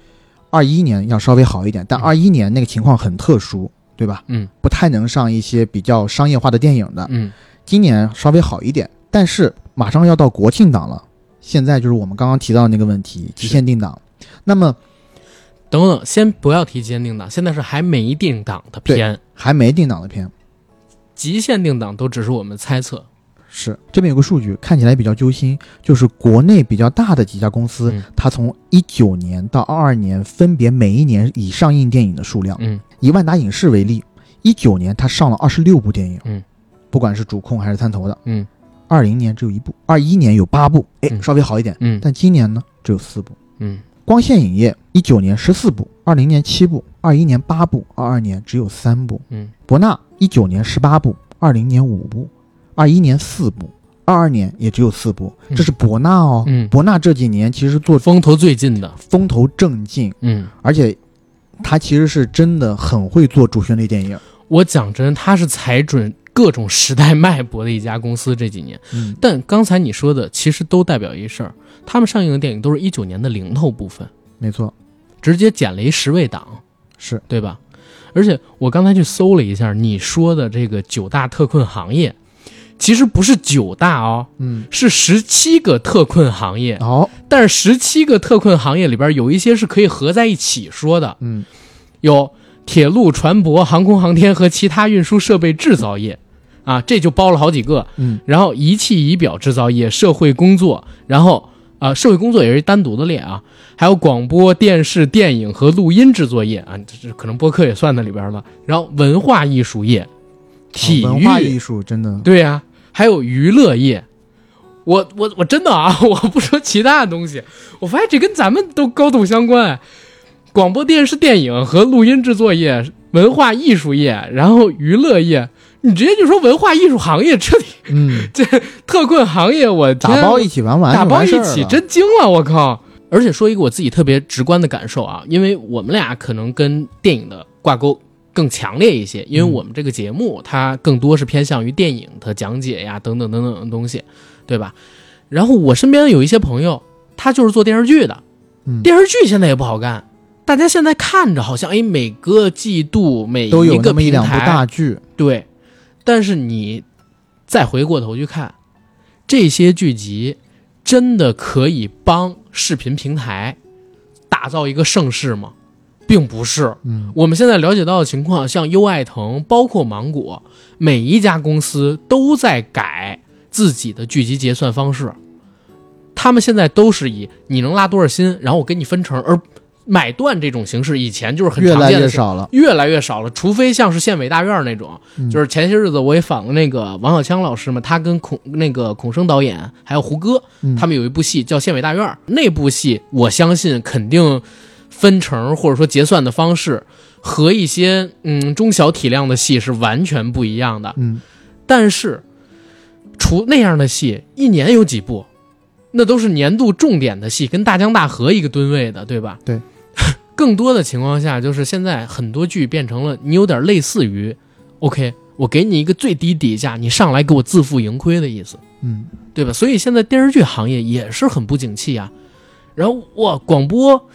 二一年要稍微好一点，嗯但二一年那个情况很特殊，对吧？嗯，不太能上一些比较商业化的电影的。嗯今年稍微好一点，但是马上要到国庆档了，现在就是我们刚刚提到的那个问题，极限定档。那么等等，先不要提限定档，现在是还没定档的对片，还没定档的片，极限定档都只是我们猜测。是，这边有个数据看起来比较揪心，就是国内比较大的几家公司，嗯它从一九年到二二年，分别每一年以上映电影的数量。嗯以万达影视为例，一九年它上了二十六部电影，嗯，不管是主控还是参投的，嗯二零年只有一部，二一年有八部，哎，嗯稍微好一点，嗯但今年呢只有四部。嗯光线影业一九年十四部，二零年七部，二一年八部，二二年只有三部。嗯，博纳一九年十八部，二零年五部，二一年四部，二二年也只有四部。嗯这是博纳哦。嗯博纳这几年其实做风头最近的，风头正劲，嗯，而且他其实是真的很会做主旋律电影。我讲真，他是踩准各种时代脉搏的一家公司这几年。嗯，但刚才你说的，其实都代表一事儿，他们上映的电影都是一九年的零头部分，没错，直接减了一十位档，是对吧？而且我刚才去搜了一下，你说的这个九大特困行业，其实不是九大哦，嗯，是十七个特困行业。好，但是十七个特困行业里边有一些是可以合在一起说的，嗯，有铁路、船舶、航空航天和其他运输设备制造业，啊，这就包了好几个。嗯，然后仪器仪表制造业、社会工作，然后啊、呃社会工作也是单独的列啊，还有广播电视、电影和录音制作业啊，这这可能播客也算在里边了。然后文化艺术业、体育、哦文化艺术真的对呀、还有娱乐业。我我我真的啊， 我不说其他的东西，我发现这跟咱们都高度相关。广播电视、电影和录音制作业、文化艺术业，然后娱乐业，你直接就说文化艺术行业彻底嗯，特困行业，我天啊打包一起玩玩，打包一就完事儿起，了真惊了，我靠！而且说一个我自己特别直观的感受啊，因为我们俩可能跟电影的挂钩更强烈一些，因嗯为我们这个节目它更多是偏向于电影的讲解呀，等等等等的东西，对吧？然后我身边有一些朋友，他就是做电视剧的，嗯电视剧现在也不好干。大家现在看着好像，哎，每个季度每都有个那么一平两部台大剧，对，但是你再回过头去看这些剧集，真的可以帮视频平台打造一个盛世吗？并不是。嗯，我们现在了解到的情况，像优爱腾，包括芒果，每一家公司都在改自己的剧集结算方式。他们现在都是以你能拉多少新，然后我给你分成，而买断这种形式以前就是很越常来见越的形式少了，越来越少了，除非像是县委大院那种，嗯就是前些日子我也访了那个王小枪老师嘛，他跟孔那个孔生导演还有胡歌，嗯他们有一部戏叫《县委大院》，那部戏我相信肯定分成或者说结算的方式和一些嗯中小体量的戏是完全不一样的，嗯，但是除那样的戏，一年有几部？那都是年度重点的戏，跟大江大河一个吨位的，对吧？对。 更多的情况下，就是现在很多剧变成了你有点类似于，OK，我给你一个最低底价，你上来给我自负盈亏的意思，嗯，对吧？所以现在电视剧行业也是很不景气啊。然后哇，广播、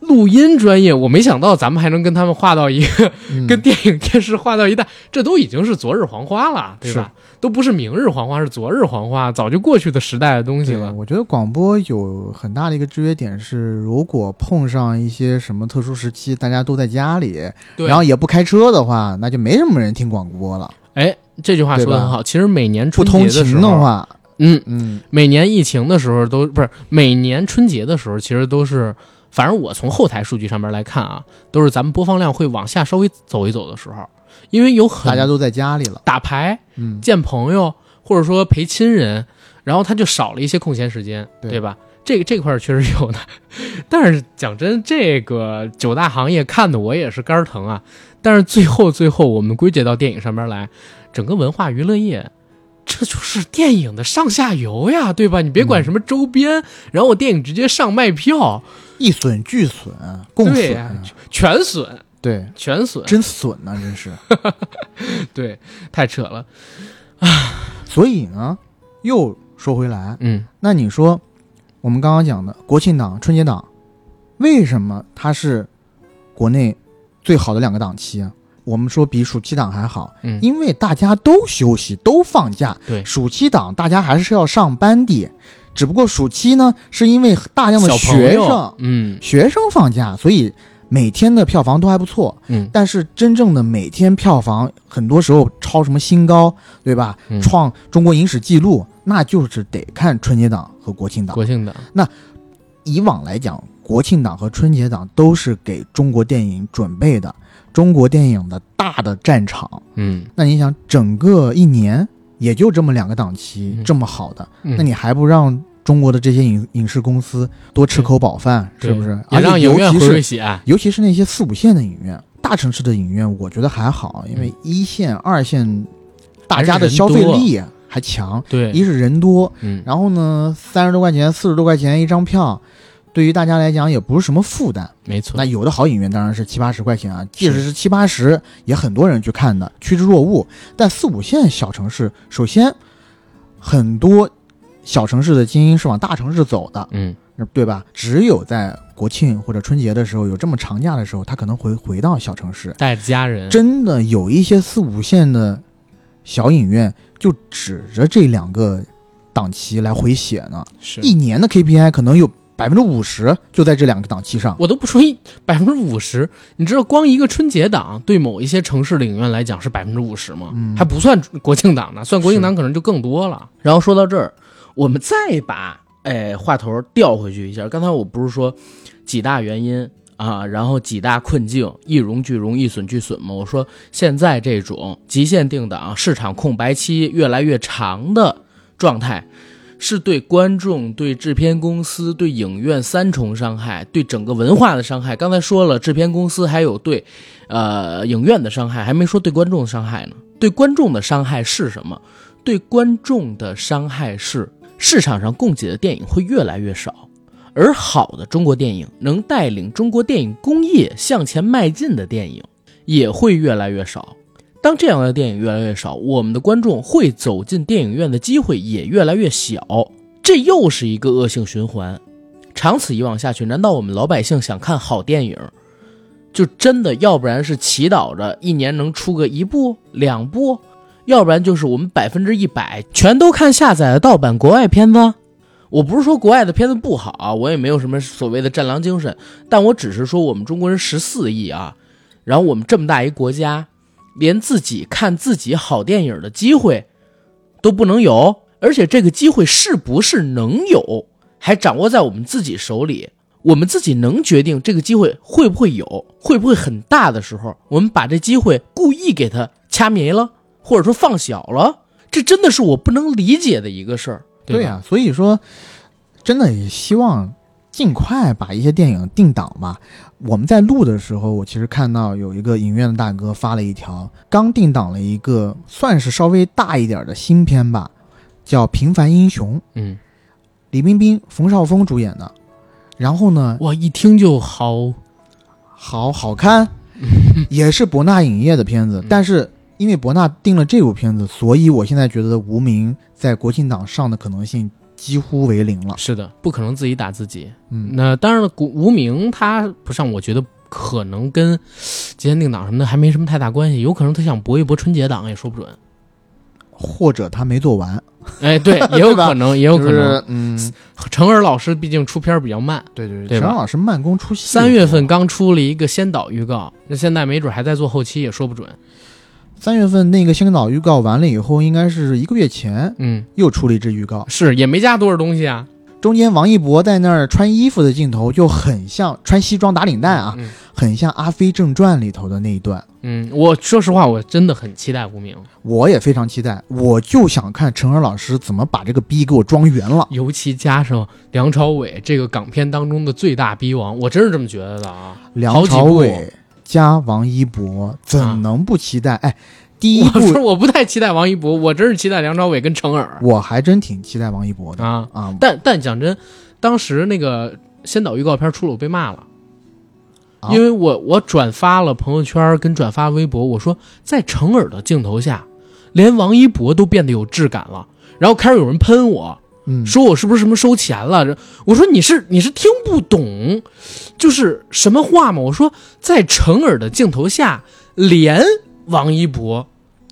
录音专业，我没想到咱们还能跟他们画到一个嗯跟电影电视画到一代，这都已经是昨日黄花了，对吧？都不是明日黄花，是昨日黄花，早就过去的时代的东西对了。我觉得广播有很大的一个制约点是，如果碰上一些什么特殊时期，大家都在家里，对然后也不开车的话，那就没什么人听广播了。哎，这句话说的很好。其实每年不春节通的时勤啊候，的话，嗯，嗯，每年疫情的时候都不是每年春节的时候，其实都是，反正我从后台数据上面来看啊，都是咱们播放量会往下稍微走一走的时候，因为有很大家都在家里了，打牌、嗯，见朋友，或者说陪亲人，然后他就少了一些空闲时间，对对吧？这个这块儿确实有的， 但是讲真，这个九大行业看的我也是肝儿疼啊。但是最后最后，我们归结到电影上面来，整个文化娱乐业，这就是电影的上下游呀，对吧？你别嗯管什么周边，然后我电影直接上卖票，一损俱损，共对损呀啊，全损对，全损，真损呐、真是。对，太扯了，所以呢，又说回来，嗯那你说，我们刚刚讲的国庆档、春节档，为什么它是国内最好的两个档期啊？我们说比暑期档还好，嗯，因为大家都休息，都放假。对暑期档大家还是要上班的，只不过暑期呢，是因为大量的小朋学友生，嗯学生放假，所以每天的票房都还不错。嗯，但是真正的每天票房，很多时候超什么新高，对吧？嗯创中国影史纪录，那就是得看春节档和国庆档。国庆档。以往来讲，国庆档和春节档都是给中国电影准备的，中国电影的大的战场。嗯，那你想，整个一年也就这么两个档期，嗯这么好的，嗯那你还不让中国的这些影影视公司多吃口饱饭，是不是？嗯也而且让影尤院其回归是喜爱。尤其是那些四五线的影院，大城市的影院，我觉得还好，因嗯为一线、二线大家的消费力还强，对，一是人多，嗯然后呢，三十多块钱、四十多块钱一张票。对于大家来讲也不是什么负担，没错。那有的好影院当然是七八十块钱啊，即使是七八十，也很多人去看的，趋之若鹜。但四五线小城市，首先很多小城市的精英是往大城市走的，嗯，对吧？只有在国庆或者春节的时候，有这么长假的时候，他可能会回到小城市。带着家人，真的有一些四五线的小影院，就指着这两个档期来回血呢。是一年的 KPI 可能有百分之五十就在这两个档期上。我都不说一百分之五十，你知道光一个春节档对某一些城市的影院来讲是百分之五十吗？嗯还不算国庆档呢，算国庆档可能就更多了。然后说到这儿，我们再把哎话头调回去一下，刚才我不是说几大原因啊，然后几大困境，一荣俱荣，一损俱损吗？我说现在这种极限定档、市场空白期越来越长的状态，是对观众、对制片公司、对影院三重伤害，对整个文化的伤害。刚才说了，制片公司还有对，呃，影院的伤害，还没说对观众的伤害呢。对观众的伤害是什么？对观众的伤害是市场上供给的电影会越来越少，而好的中国电影能带领中国电影工业向前迈进的电影也会越来越少。当这样的电影越来越少，我们的观众会走进电影院的机会也越来越小，这又是一个恶性循环。长此以往下去，难道我们老百姓想看好电影，就真的要不然是祈祷着一年能出个一部两部，要不然就是我们百分之一百全都看下载的盗版国外片子？我不是说国外的片子不好啊，我也没有什么所谓的战狼精神，但我只是说我们中国人十四亿啊，然后我们这么大一国家，连自己看自己好电影的机会都不能有，而且这个机会是不是能有，还掌握在我们自己手里。我们自己能决定这个机会会不会有，会不会很大的时候，我们把这机会故意给它掐没了，或者说放小了，这真的是我不能理解的一个事儿。对吧呀、所以说，真的也希望尽快把一些电影定档吧。我们在录的时候，我其实看到有一个影院的大哥发了一条，刚定档了一个算是稍微大一点的新片吧，叫《平凡英雄》，嗯，李冰冰、冯绍峰主演的。然后呢，哇，一听就好，好好看，也是博纳影业的片子，但是因为博纳定了这部片子，所以我现在觉得《无名》在国庆档上的可能性几乎为零了。是的，不可能自己打自己。嗯，那当然了，古无名他不上，我觉得可能跟极限定档什么的还没什么太大关系，有可能他想搏一搏春节档也说不准。 或者他没做完，哎，对，也有对吧可能，也有就可能。是嗯，成尔老师毕竟出片儿比较慢，对对对陈吧老师慢工出细活。三月份刚出了一个先导预告，那现在没准还在做后期，也说不准。三月份那个香港预告完了以后，应该是一个月前嗯，又出了一支预告，是也没加多少东西啊。中间王一博在那儿穿衣服的镜头就很像穿西装打领带啊，嗯很像《阿飞正传》里头的那一段。嗯，我说实话，我真的很期待无名，我也非常期待，我就想看陈尔老师怎么把这个逼给我装圆了。尤其加上梁朝伟这个港片当中的最大逼王，我真是这么觉得的啊。梁朝伟加王一博，怎能不期待？哎，第一 我部说我不太期待王一博，我真是期待梁朝伟跟成尔我还真挺期待王一博的啊。啊。但但讲真，当时那个先导预告片出了，我被骂了，啊因为我我转发了朋友圈跟转发微博，我说在成尔的镜头下，连王一博都变得有质感了。然后开始有人喷我嗯，说我是不是什么收钱了？我说你是你是听不懂，就是什么话吗？我说在成尔的镜头下，连王一博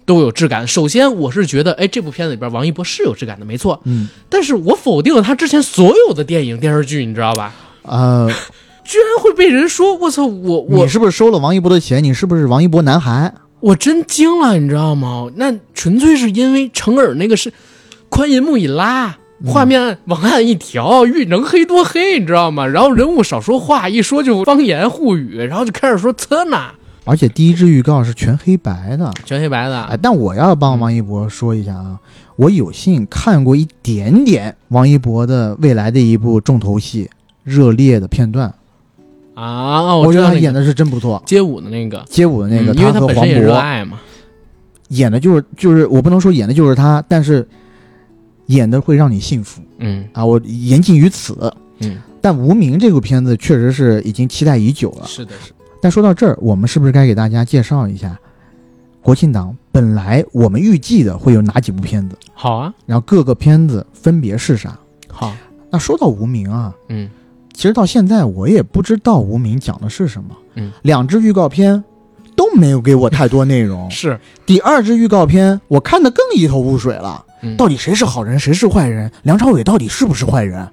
都有质感。首先，我是觉得，哎，这部片子里边王一博是有质感的，没错。嗯但是我否定了他之前所有的电影电视剧，你知道吧？呃，居然会被人说，我操，我你我是不是收了王一博的钱？你是不是王一博男孩？我真惊了，你知道吗？那纯粹是因为成尔那个是宽银幕一拉，嗯画面往暗一调，欲能黑多黑，你知道吗？然后人物少说话，一说就方言沪语，然后就开始说呲呐，而且第一支预告是全黑白的。全黑白的哎，但我要帮王一博说一下啊，我有幸看过一点点王一博的未来的一部重头戏《热烈》的片段，啊！我知觉得道他那个演的是真不错。街舞的那个，街舞的那个，嗯因为他他和本黄身也热渤爱嘛，演的就是就是我不能说演的就是他，但是演的会让你信服嗯啊！我言尽于此。嗯，但《无名》这部片子确实是已经期待已久了。是的，是的但说到这儿，我们是不是该给大家介绍一下国庆档本来我们预计的会有哪几部片子，好啊，然后各个片子分别是啥。嗯好，那说到无名啊，嗯，其实到现在我也不知道无名讲的是什么。嗯，。两支预告片都没有给我太多内 容是，第二支预告片我看的更一头雾水了，嗯到底谁是好人，谁是坏人？梁朝伟到底是不是坏人？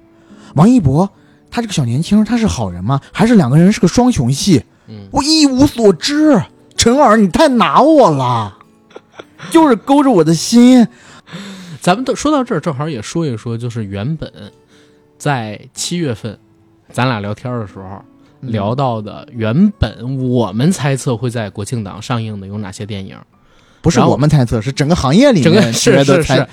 王一博他这个小年轻他是好人吗？还是两个人是个双雄戏？嗯，我一无所知。陈耳，你太拿 我了，就是勾着我的心。咱们都说到这儿，正好也说一说，就是原本在七月份咱俩聊天的时候嗯聊到的，原本我们猜测会在国庆档上映的有哪些电影，不是然后我们猜测，是整个行业里整个面是觉得是猜是，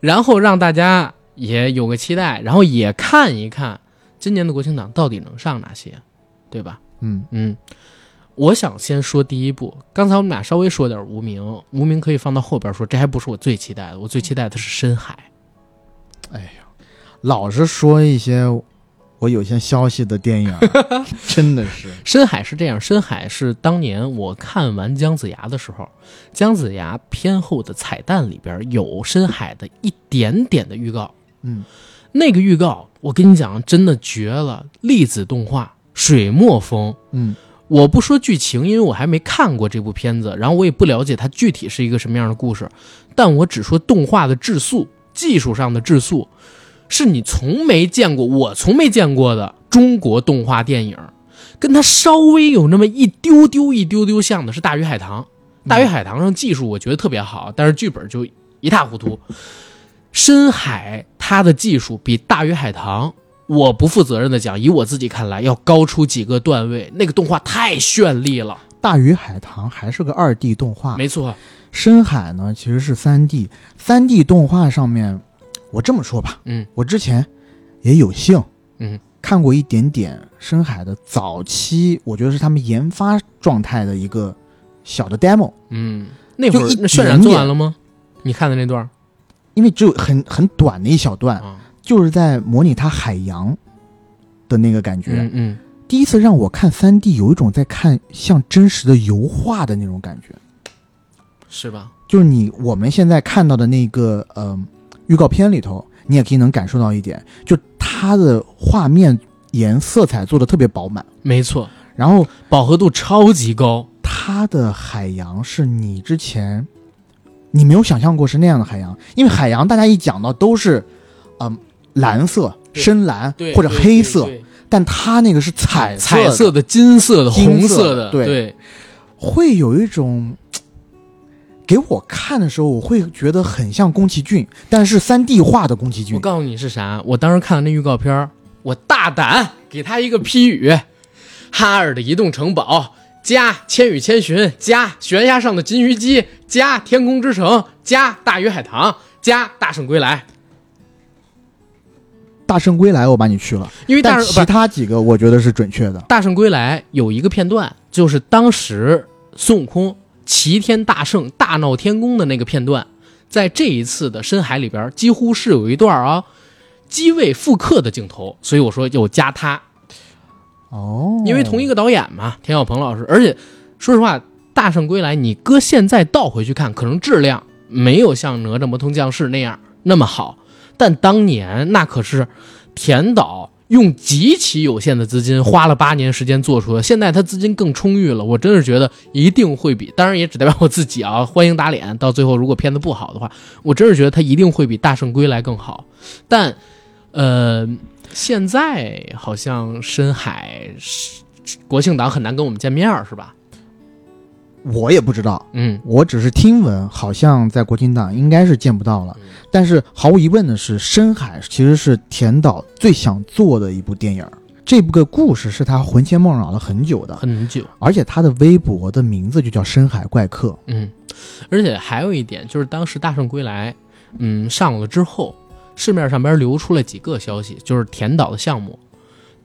然后让大家也有个期待，然后也看一看今年的国庆档到底能上哪些，对吧？嗯嗯，我想先说第一部，刚才我们俩稍微说点无名，无名可以放到后边说，这还不是我最期待的，我最期待的是深海。老是说一些我有些消息的 电影，真的是深海是这样，深海是当年我看完姜子牙的时候，姜子牙片后的彩蛋里边有深海的一点点的预告，嗯，那个预告我跟你讲，真的绝了，粒子动画，水墨风，嗯我不说剧情，因为我还没看过这部片子，然后我也不了解它具体是一个什么样的故事，但我只说动画的质素，技术上的质素，是你从没见过，我从没见过的中国动画电影，跟它稍微有那么一丢丢一丢丢像的是《大鱼海棠》，《大鱼海棠》上技术我觉得特别好，但是剧本就一塌糊涂。深海它的技术比《大鱼海棠》我不负责任的讲，以我自己看来，要高出几个段位。那个动画太绚丽了，大鱼海棠还是个二 D 动画，没错，深海呢其实是三 D，三 D 动画上面，我这么说吧，嗯，我之前也有幸，嗯，看过一点点深海的早期，我觉得是他们研发状态的一个小的 demo，嗯，那会儿就一点那渲染做完了吗？你看的那段儿因为只有很很短的一小段，啊，就是在模拟它海洋的那个感觉。嗯嗯，第一次让我看三 D 有一种在看像真实的油画的那种感觉，是吧？就是你我们现在看到的那个呃预告片里头，你也可以能感受到一点，就它的画面颜色彩做的特别饱满，没错，然后饱和度超级高，它的海洋是你之前你没有想象过是那样的海洋，因为海洋大家一讲到都是嗯、蓝色、对深蓝对，或者对黑色，对对但它那个是彩色的彩色的、金色的、金色的红的，对对，会有一种给我看的时候，我会觉得很像宫崎骏，但是三 D 画的宫崎我骏。告诉你是啥，我当时看了那预告片儿，我大胆给他一个批语：哈尔的移动城堡加《千与千寻》加《悬崖上的金鱼姬》加《天空之城》加《大鱼海棠》加《大圣归来大圣归来我把你去了，》，因为大但圣其不是他几个我觉得是准确的。大圣归来有一个片段，就是当时孙悟空齐天大圣大闹天宫的那个片段，在这一次的深海里边，几乎是有一段啊机位复刻的镜头，所以我说有加它。哦，因为同一个导演嘛，田晓鹏老师。而且说实话，《大圣归来》你搁现在倒回去看，可能质量没有像《哪吒魔童降世》那样那么好，但当年那可是田导用极其有限的资金，花了八年时间做出的。现在他资金更充裕了，我真是觉得一定会比，当然也只代表我自己啊，欢迎打脸。到最后如果片子不好的话，我真是觉得他一定会比《大圣归来》更好，但。呃，现在好像深海是国庆档很难跟我们见面儿是吧？我也不知道，嗯，我只是听闻，好像在国庆档应该是见不到嗯了。但是毫无疑问的是，《深海》其实是田导最想做的一部电影儿。这部个故事是他魂牵梦绕了很久的，很久。而且他的微博的名字就叫《深海怪客》。嗯，而且还有一点就是，当时《大圣归来》嗯上了之后，市面上边流出了几个消息，就是田岛的项目。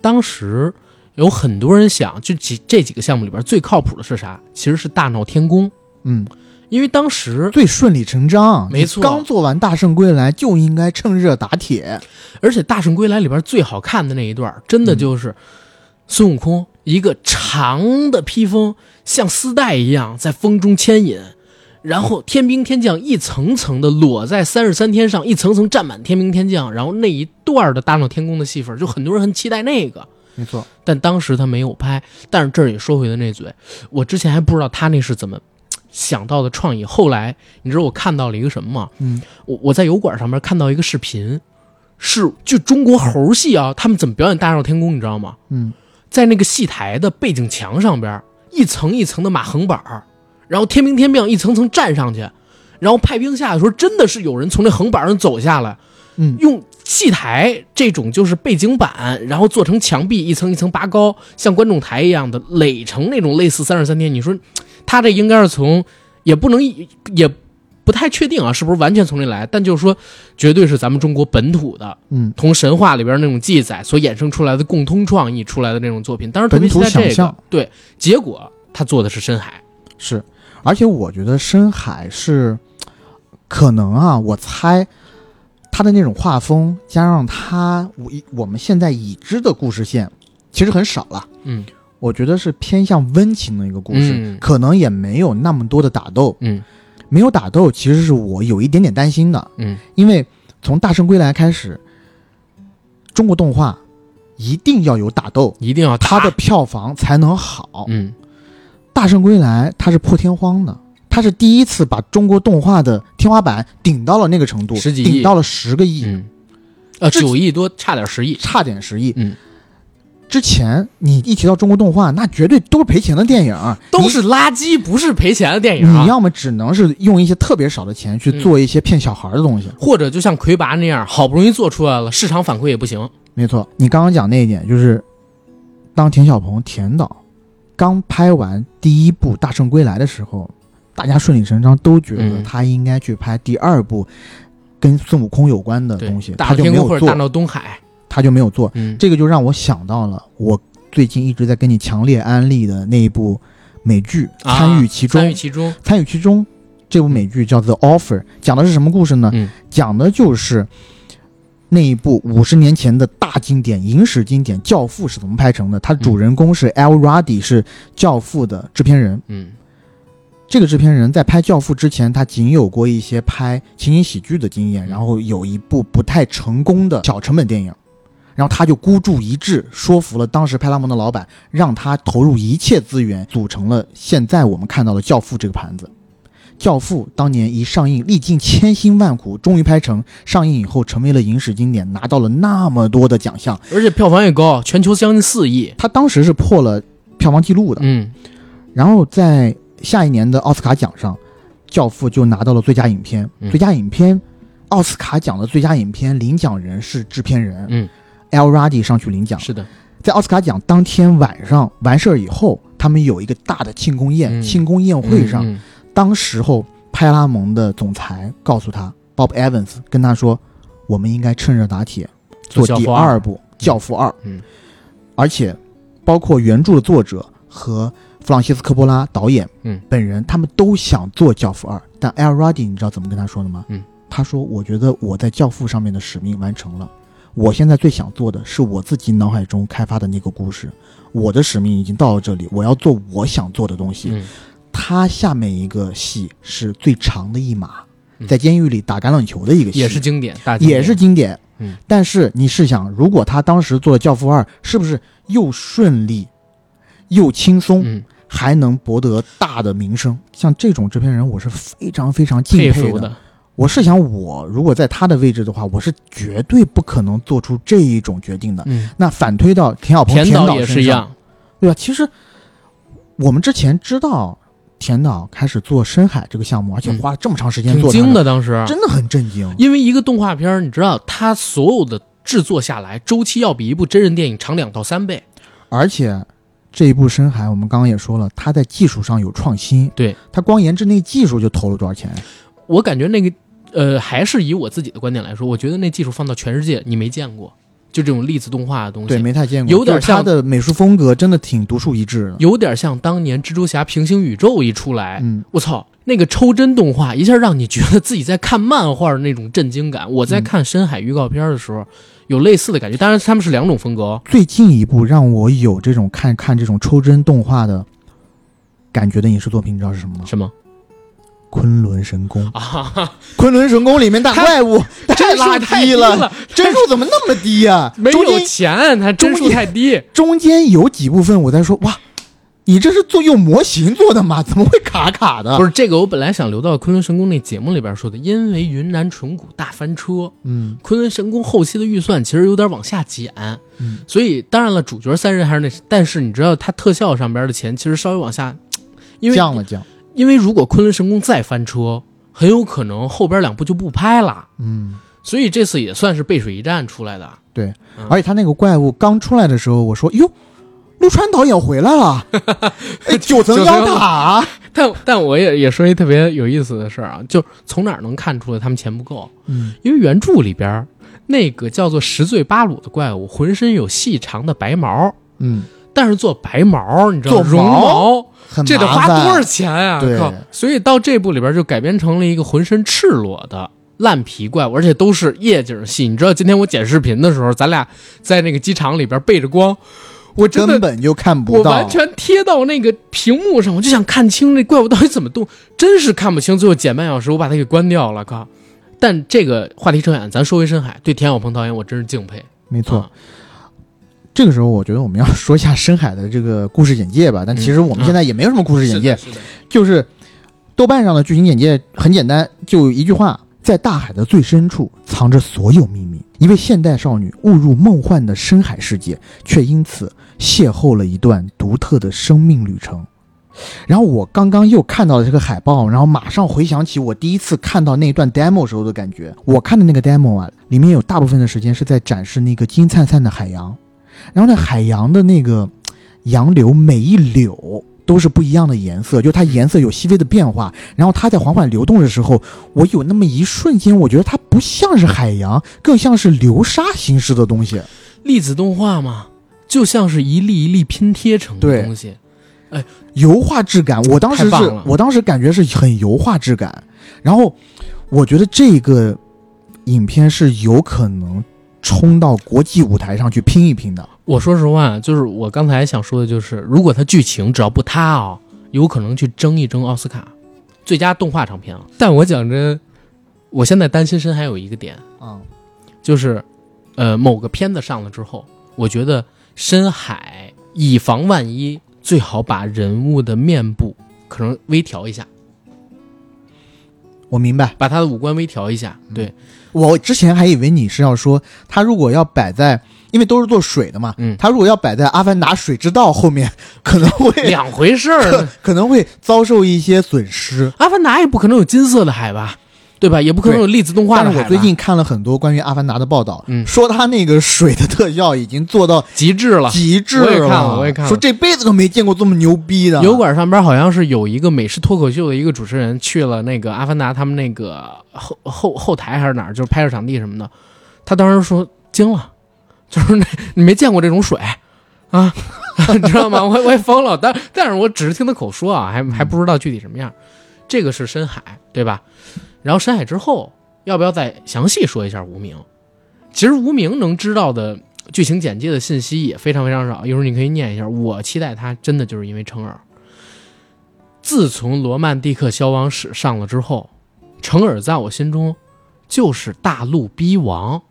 当时有很多人想，就几这几个项目里边最靠谱的是啥？其实是大闹天宫，嗯，因为当时最顺理成章，没错刚做完《大圣归来》就应该趁热打铁。而且《大圣归来》里边最好看的那一段儿，真的就是孙悟空一个长的披风像丝带一样在风中牵引，然后天兵天将一层层的裸在三十三天上，一层层站满天兵天将，然后那一段的大闹天宫的戏份，就很多人很期待那个。没错，但当时他没有拍。但是这儿也说回的那嘴，我之前还不知道他那是怎么想到的创意。后来你知道我看到了一个什么吗？嗯，我我在油管上面看到一个视频，是就中国猴戏啊，他们怎么表演大闹天宫，你知道吗？嗯，在那个戏台的背景墙上边，一层一层的码横板儿，然后天兵天将一层层站上去。然后派兵下的时候，真的是有人从那横板上走下来，嗯用戏台这种就是背景板，然后做成墙壁一层一层拔高，像观众台一样的垒成那种类似三十三天。你说他这应该是从，也不能也不太确定啊，是不是完全从这来？但就是说，绝对是咱们中国本土的，嗯，从神话里边那种记载所衍生出来的共通创意出来的那种作品。当时特别本期土待想这个，象对，结果他做的是深海，是，而且我觉得深海是可能啊，我猜他的那种画风，加上他我一我们现在已知的故事线，其实很少了。嗯我觉得是偏向温情的一个故事，嗯可能也没有那么多的打斗。嗯没有打斗，其实是我有一点点担心的，嗯，因为从《大圣归来》开始，中国动画一定要有打斗，一定要它嗯的打票房才能好。啊嗯大圣归来》它是破天荒的，它是第一次把中国动画的天花板顶到了那个程度，十几亿顶到了十个亿，嗯，呃这九亿多，差点十亿，差点十亿。嗯，之前你一提到中国动画，那绝对都是赔钱的电影儿，都是垃圾，不是赔钱的电你影啊。嗯你要么只能是用一些特别少的钱去做一些骗小孩儿的东西。或者就像魁拔那样，好不容易做出来了，市场反馈也不行。没错，你刚刚讲那一点就是，当田晓鹏田导刚拍完第一部《大圣归来》的时候，大家顺理成章都觉得嗯他应该去拍第二部跟孙悟空有关的对东西，，大他闹就天没宫或有者大做，闹东海，他就没有做。嗯，这个就让我想到了我最近一直在跟你强烈安利的那一部美剧，啊参与其中，参与其中，参与其中。这部美剧叫《The Offer》，讲的是什么故事呢？嗯讲的就是那一部五十年前的大经典、影史经典《教父》是怎么拍成的。它主人公是 L. Ruddy，是《教父》的制片人。嗯这个制片人在拍《教父》之前，他仅有过一些拍情景喜剧的经验，嗯然后有一部不太成功的小成本电影，然后他就孤注一掷，说服了当时派拉蒙的老板，让他投入一切资源，组成了现在我们看到的《教父》这个盘子。《教父》当年一上映，历尽千辛万苦，终于拍成。上映以后，成为了影史经典，拿到了那么多的奖项。而且票房也高，全球将近四亿。他当时是破了票房记录的。嗯然后在下一年的奥斯卡奖上，《教父》就拿到了最佳影片。嗯最佳影片，奥斯卡奖的最佳影片领奖人是制片人，嗯， ，L. Ruddy 上去领奖。是的，在奥斯卡奖当天晚上完事儿以后，他们有一个大的庆功宴，嗯庆功宴会上，嗯当时候派拉蒙的总裁告诉他，Bob Evans 跟他说，我们应该趁热打铁做第二部《教教父二》。嗯，而且包括原著的作者和弗朗西斯科波拉导演，嗯，本人他们都想做《教父二》，但 L. Ruddy 你知道怎么跟他说的吗？嗯，他说：“我觉得我在《教父》上面的使命完成了。”我现在最想做的是我自己脑海中开发的那个故事，我的使命已经到了这里，我要做我想做的东西。嗯他下面一个戏是最长的一码，嗯在监狱里打橄榄球的一个戏，也是经典，大经典也是经典。嗯，但是你试想，如果他当时做了《教父二》，是不是又顺利又轻松，嗯还能博得大的名声？像这种制片人，我是非常非常敬佩佩服的。的。我是想，我如果在他的位置的话，我是绝对不可能做出这一种决定的。嗯，那反推到田小鹏、田导导也身是一上样，对吧？其实我们之前知道田导开始做深海这个项目，而且花了这么长时间嗯挺做它精，的嗯当时，真的很震惊。因为一个动画片儿，你知道它所有的制作下来周期要比一部真人电影长两到三倍。而且这一部深海，我们刚刚也说了，它在技术上有创新，对它光研制那技术就投了多少钱？我感觉那个，呃，还是以我自己的观点来说，我觉得那技术放到全世界你没见过，就这种粒子动画的东西，对，没太见过。有点就是它像的美术风格真的挺独树一帜的。有点像当年蜘蛛侠平行宇宙一出来，嗯，我操，那个抽帧动画一下让你觉得自己在看漫画的那种震惊感。我嗯在看深海预告片的时候，有类似的感觉，当然他们是两种风格哦。最近一部让我有这种看看这种抽帧动画的感觉的影视作品，你知道是什么吗？什么？ 《昆仑神功》啊，昆仑神功》里面大怪物太帧数垃太低圾了，了， 帧数怎么那么低啊？没中有间钱，它帧数太低。中啊间有几部分我在说哇，你这是做用模型做的吗？怎么会卡卡的？不是，是这个，我本来想留到昆仑神功那节目里边说的，因为云南纯谷大翻车，嗯昆仑神功后期的预算其实有点往下减，嗯所以当然了，主角三人还是那，但是你知道它特效上边的钱其实稍微往下，因为降了降，因为如果昆仑神功再翻车，很有可能后边两部就不拍了，嗯，所以这次也算是背水一战出来的。对。嗯而且他那个怪物刚出来的时候，我说哟，陆川导演回来 了，哎九层妖塔，啊但但我也也说一特别有意思的事儿啊，就从哪儿能看出来他们钱不够？嗯，因为原著里边儿那个叫做十罪八鲁的怪物，浑身有细长的白毛，嗯，但是做白毛，你知道做绒毛毛很这得麻花烦多少钱啊？对靠！所以到这部里边就改编成了一个浑身赤裸的烂皮怪物，而且都是夜景戏。你知道今天我剪视频的时候，咱俩在那个机场里边背着光，我真根的。本就看不我到，完全贴到那个屏幕上，我就想看清那怪物到底怎么动，真是看不清。最后剪半小时，我把它给关掉了，靠！但这个话题扯远，咱说回深海，对田晓鹏导演我真是敬佩。没错。啊这个时候，我觉得我们要说一下深海的这个故事简介吧。但其嗯实我们现在也没有什么故事简介，是的是的就是豆瓣上的剧情简介很简单，就一句话：在大海的最深处藏着所有秘密。一位现代少女误入梦幻的深海世界，却因此邂逅了一段独特的生命旅程。然后我刚刚又看到了这个海报，然后马上回想起我第一次看到那段 demo 时候的感觉。我看的那个 demo 啊，里面有大部分的时间是在展示那个金灿灿的海洋，然后那海洋的那个洋流每一绺都是不一样的颜色，就它颜色有细微的变化。然后它在缓缓流动的时候，我有那么一瞬间，我觉得它不像是海洋，更像是流沙形式的东西。粒子动画嘛，就像是一粒一粒拼贴成的对东西。油画质感，我当时太棒是了，我当时感觉是很油画质感。然后我觉得这个影片是有可能冲到国际舞台上去拼一拼的。我说实话，就是我刚才想说的，就是如果它剧情只要不塌啊、有可能去争一争奥斯卡最佳动画长片了。但我讲真，我现在担心深海有一个点，啊、就是，呃，某个片子上了之后，我觉得深海以防万一，最好把人物的面部可能微调一下，我明白。把他的五官微调一下。对，我之前还以为你是要说，他如果要摆在，因为都是做水的嘛，嗯他如果要摆在《阿凡达：水之道》后面，可能会两回事儿 可呢。 可能会遭受一些损失。阿凡达也不可能有金色的海吧，对吧？也不可能有粒子动画但的是海吧。我最近看了很多关于《阿凡达》的报道，嗯说他那个水的特效已经做到极致了，极致了，我也看了我也看了说这辈子都没见过这么牛逼的油。管上边好像是有一个美式脱口秀的一个主持人去了那个阿凡达他们那个后后后台还是哪儿，就是拍摄场地什么的，他当时说惊了，就是那你没见过这种水啊， 你知道吗？ 我我也疯了，但但是我只是听他口说啊，还还不知道具体什么样。这个是深海，对吧？然后深海之后，要不要再详细说一下无名？其实无名能知道的剧情简介的信息也非常非常少，一会儿你可以念一下。我期待它真的就是因为成尔。自从《罗曼蒂克消亡史》上了之后，成尔在我心中就是大陆逼王。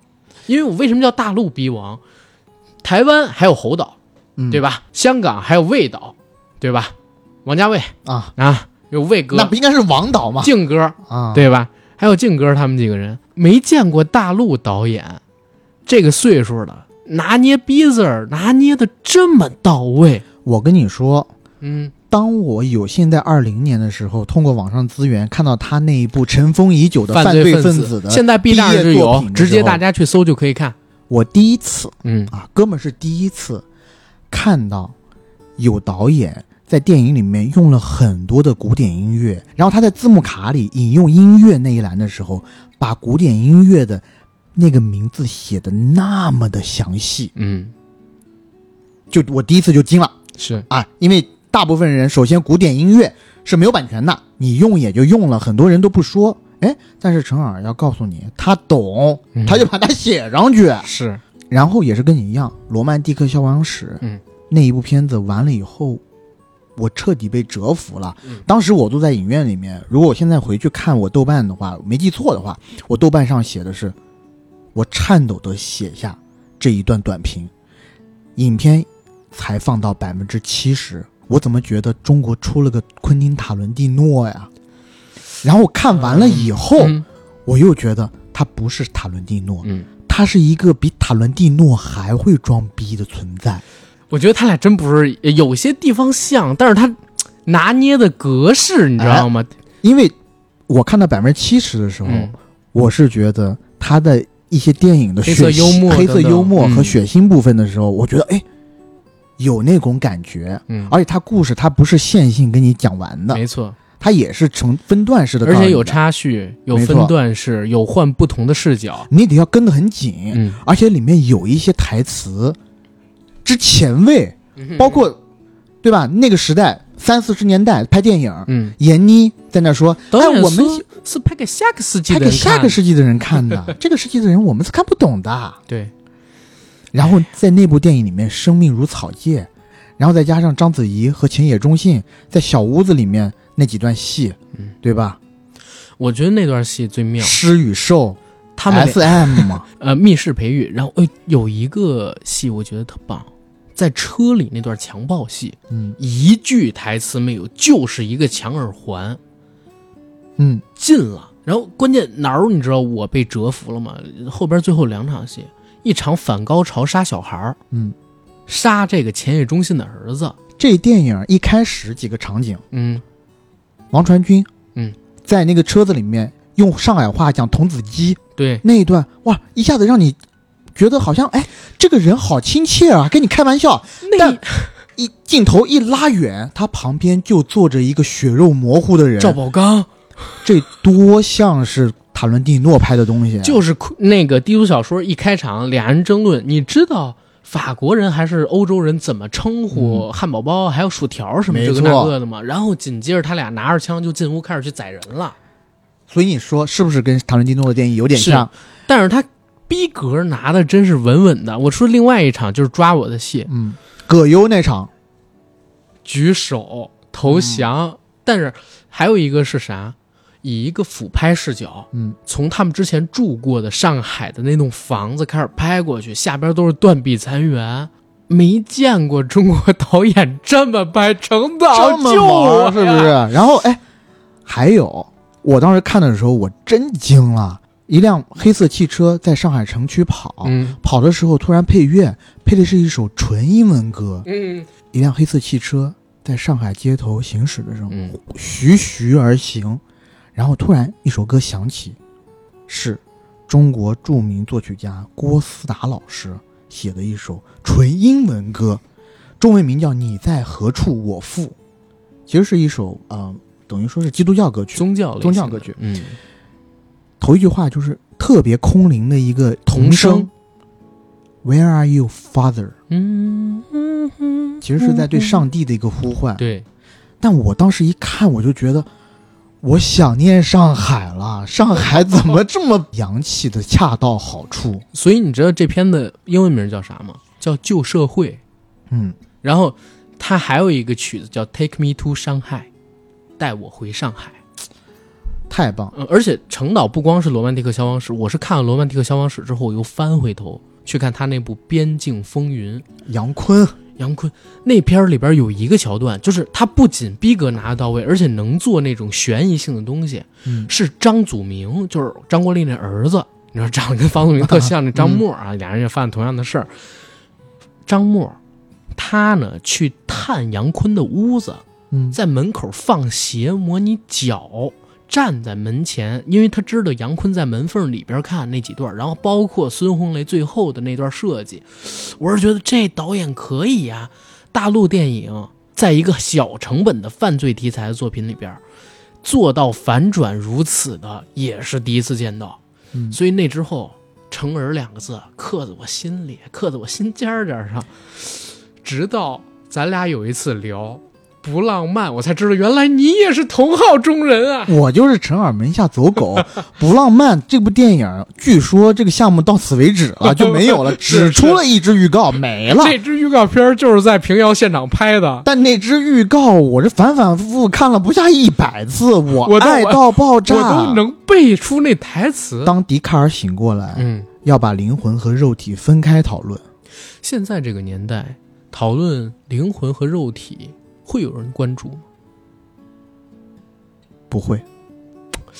因为我为什么叫大陆逼王？台湾还有侯导，嗯对吧？香港还有魏导，对吧？王家卫啊，啊，有魏哥那、不应该是王导吗？靖哥，啊，，对吧？还有靖哥他们几个人没见过大陆导演这个岁数的拿捏逼字儿拿捏的这么到位，我跟你说，嗯，当我有幸在二零年的时候，通过网上资源看到他那一部尘封已久的犯罪分分子的，现在 B 站上就毕业作有品，的直接时候大家去搜就可以看，我第一次嗯，啊，哥们儿是第一次看到有导演在电影里面用了很多的古典音乐，然后他在字幕卡里引用音乐那一栏的时候，把古典音乐的那个名字写的那么的详细，嗯，就我第一次就惊了是啊！因为大部分人首先古典音乐是没有版权的，你用也就用了，很多人都不说。哎，但是陈耳要告诉你，他懂，嗯他就把它写上去。是，然后也是跟你一样，《罗曼蒂克消亡史》嗯那一部片子完了以后，我彻底被折服了。嗯当时我都在影院里面，如果我现在回去看我豆瓣的话，没记错的话，我豆瓣上写的是，我颤抖的写下这一段短评，影片才放到百分之七十，我怎么觉得中国出了个昆汀塔伦蒂诺呀？然后我看完了以后，嗯我又觉得他不是塔伦蒂诺，嗯他是一个比塔伦蒂诺还会装逼的存在。我觉得他俩真不是，有些地方像，但是他拿捏的格式，你知道吗？因为我看到百分之七十的时候，嗯我是觉得他的一些电影的黑血色幽默嗯腥、黑色等等幽默和嗯血腥部分的时候，我觉得哎，有那种感觉。嗯，而且他故事他不是线性跟你讲完的，没错，他也是成分段式的，而且有，插叙，有没错分段式，有换不同的视角。你得要跟得很紧。嗯，而且里面有一些台词之前卫，嗯包括对吧？那个时代三四十年代拍电影，嗯，闫妮在那说：“导哎演，我们是是拍给下个世纪拍的给人下个看世纪的人看 的，这个世纪的人我们是看不懂的。对，”然后在那部电影里面，生命如草芥，然后再加上章子怡和浅野忠信在小屋子里面那几段戏，对吧？我觉得那段戏最嗯妙。狮与兽他们俩，S M 嘛，呃密室培育，然后哎有一个戏我觉得特棒，在车里那段强暴戏，嗯一句台词没有，就是一个强耳环嗯，进了，然后关键哪儿你知道我被折服了吗？后边最后两场戏，一场反高潮杀小孩儿，嗯，杀这个前野忠信的儿子，这电影一开始几个场景。嗯王传君，嗯，在那个车子里面用上海话讲童子鸡对，那一段，哇，一下子让你觉得好像哎，这个人好亲切啊，跟你开玩笑。那但一镜头一拉远，他旁边就坐着一个血肉模糊的人，赵宝刚这多像是塔伦蒂诺拍的东西啊。就是哭那个低俗小说一开场，俩人争论，你知道法国人还是欧洲人怎么称呼汉堡包还有薯条什么嗯没这错个那个的吗？然后紧接着他俩拿着枪就进屋开始去宰人了，所以你说是不是跟塔伦蒂诺的电影有点是像？但是他逼格拿的真是稳稳的。我说另外一场就是抓我的戏，嗯，葛优那场，举手嗯投降，但是还有一个是啥？以一个俯拍视角，嗯，从他们之前住过的上海的那栋房子开始拍过去，下边都是断壁残垣，没见过中国导演这么拍，成导这救么我忙呀是不是？？然后哎，还有，我当时看的时候我真惊了，一辆黑色汽车在上海城区跑，嗯跑的时候突然配乐，配的是一首纯英文歌。嗯一辆黑色汽车在上海街头行驶的时候，嗯，徐徐而行，然后突然一首歌响起，是中国著名作曲家郭思达老师写的一首纯英文歌，中文名叫《你在何处我父》，其实是一首呃，等于说是基督教歌曲。宗教类宗型教的歌曲，嗯，头一句话就是特别空灵的一个童声声，Where are you, Father？嗯嗯嗯，其实是在对上帝的一个呼唤。对，但我当时一看，我就觉得我想念上海了。上海怎么这么洋气的恰到好处？所以你知道这篇的英文名叫啥吗？叫《旧社会》。嗯，然后他还有一个曲子叫《Take Me to 上海》，带我回上海。太棒！嗯，而且成导不光是《罗曼蒂克消亡史》，我是看了《罗曼蒂克消亡史》之后，我又翻回头去看他那部《边境风云》。杨坤，杨坤那片儿里边有一个桥段，就是他不仅逼格拿得到位，而且能做那种悬疑性的东西。嗯是张祖明，就是张国立那儿子，你知道长得跟方祖明特像，那张默啊，俩人也犯同样的事儿。张默，他呢去探杨坤的屋子，嗯，在门口放鞋模拟脚，站在门前，因为他知道杨坤在门缝里边看那几段，然后包括孙红雷最后的那段设计，我是觉得这导演可以呀、大陆电影在一个小成本的犯罪题材的作品里边，做到反转如此的也是第一次见到，嗯所以那之后“成人”两个字刻在我心里，刻在我心尖儿尖儿上，直到咱俩有一次聊。不浪漫，我才知道原来你也是同好中人 啊！我就是陈耳门下走 狗，不浪漫。这部电影据说这个项目到此为止 了，就没有了，只是出了一支预告，没了。这支预告片就是在平遥现场拍的，但那支预告，我这反反复复看了不下一百次，我我都爱到爆炸。我都能背出那台词。当笛卡尔醒过来，嗯，要把灵魂和肉体分开讨论。现在这个年代，讨论灵魂和肉体，会有人关注吗？不会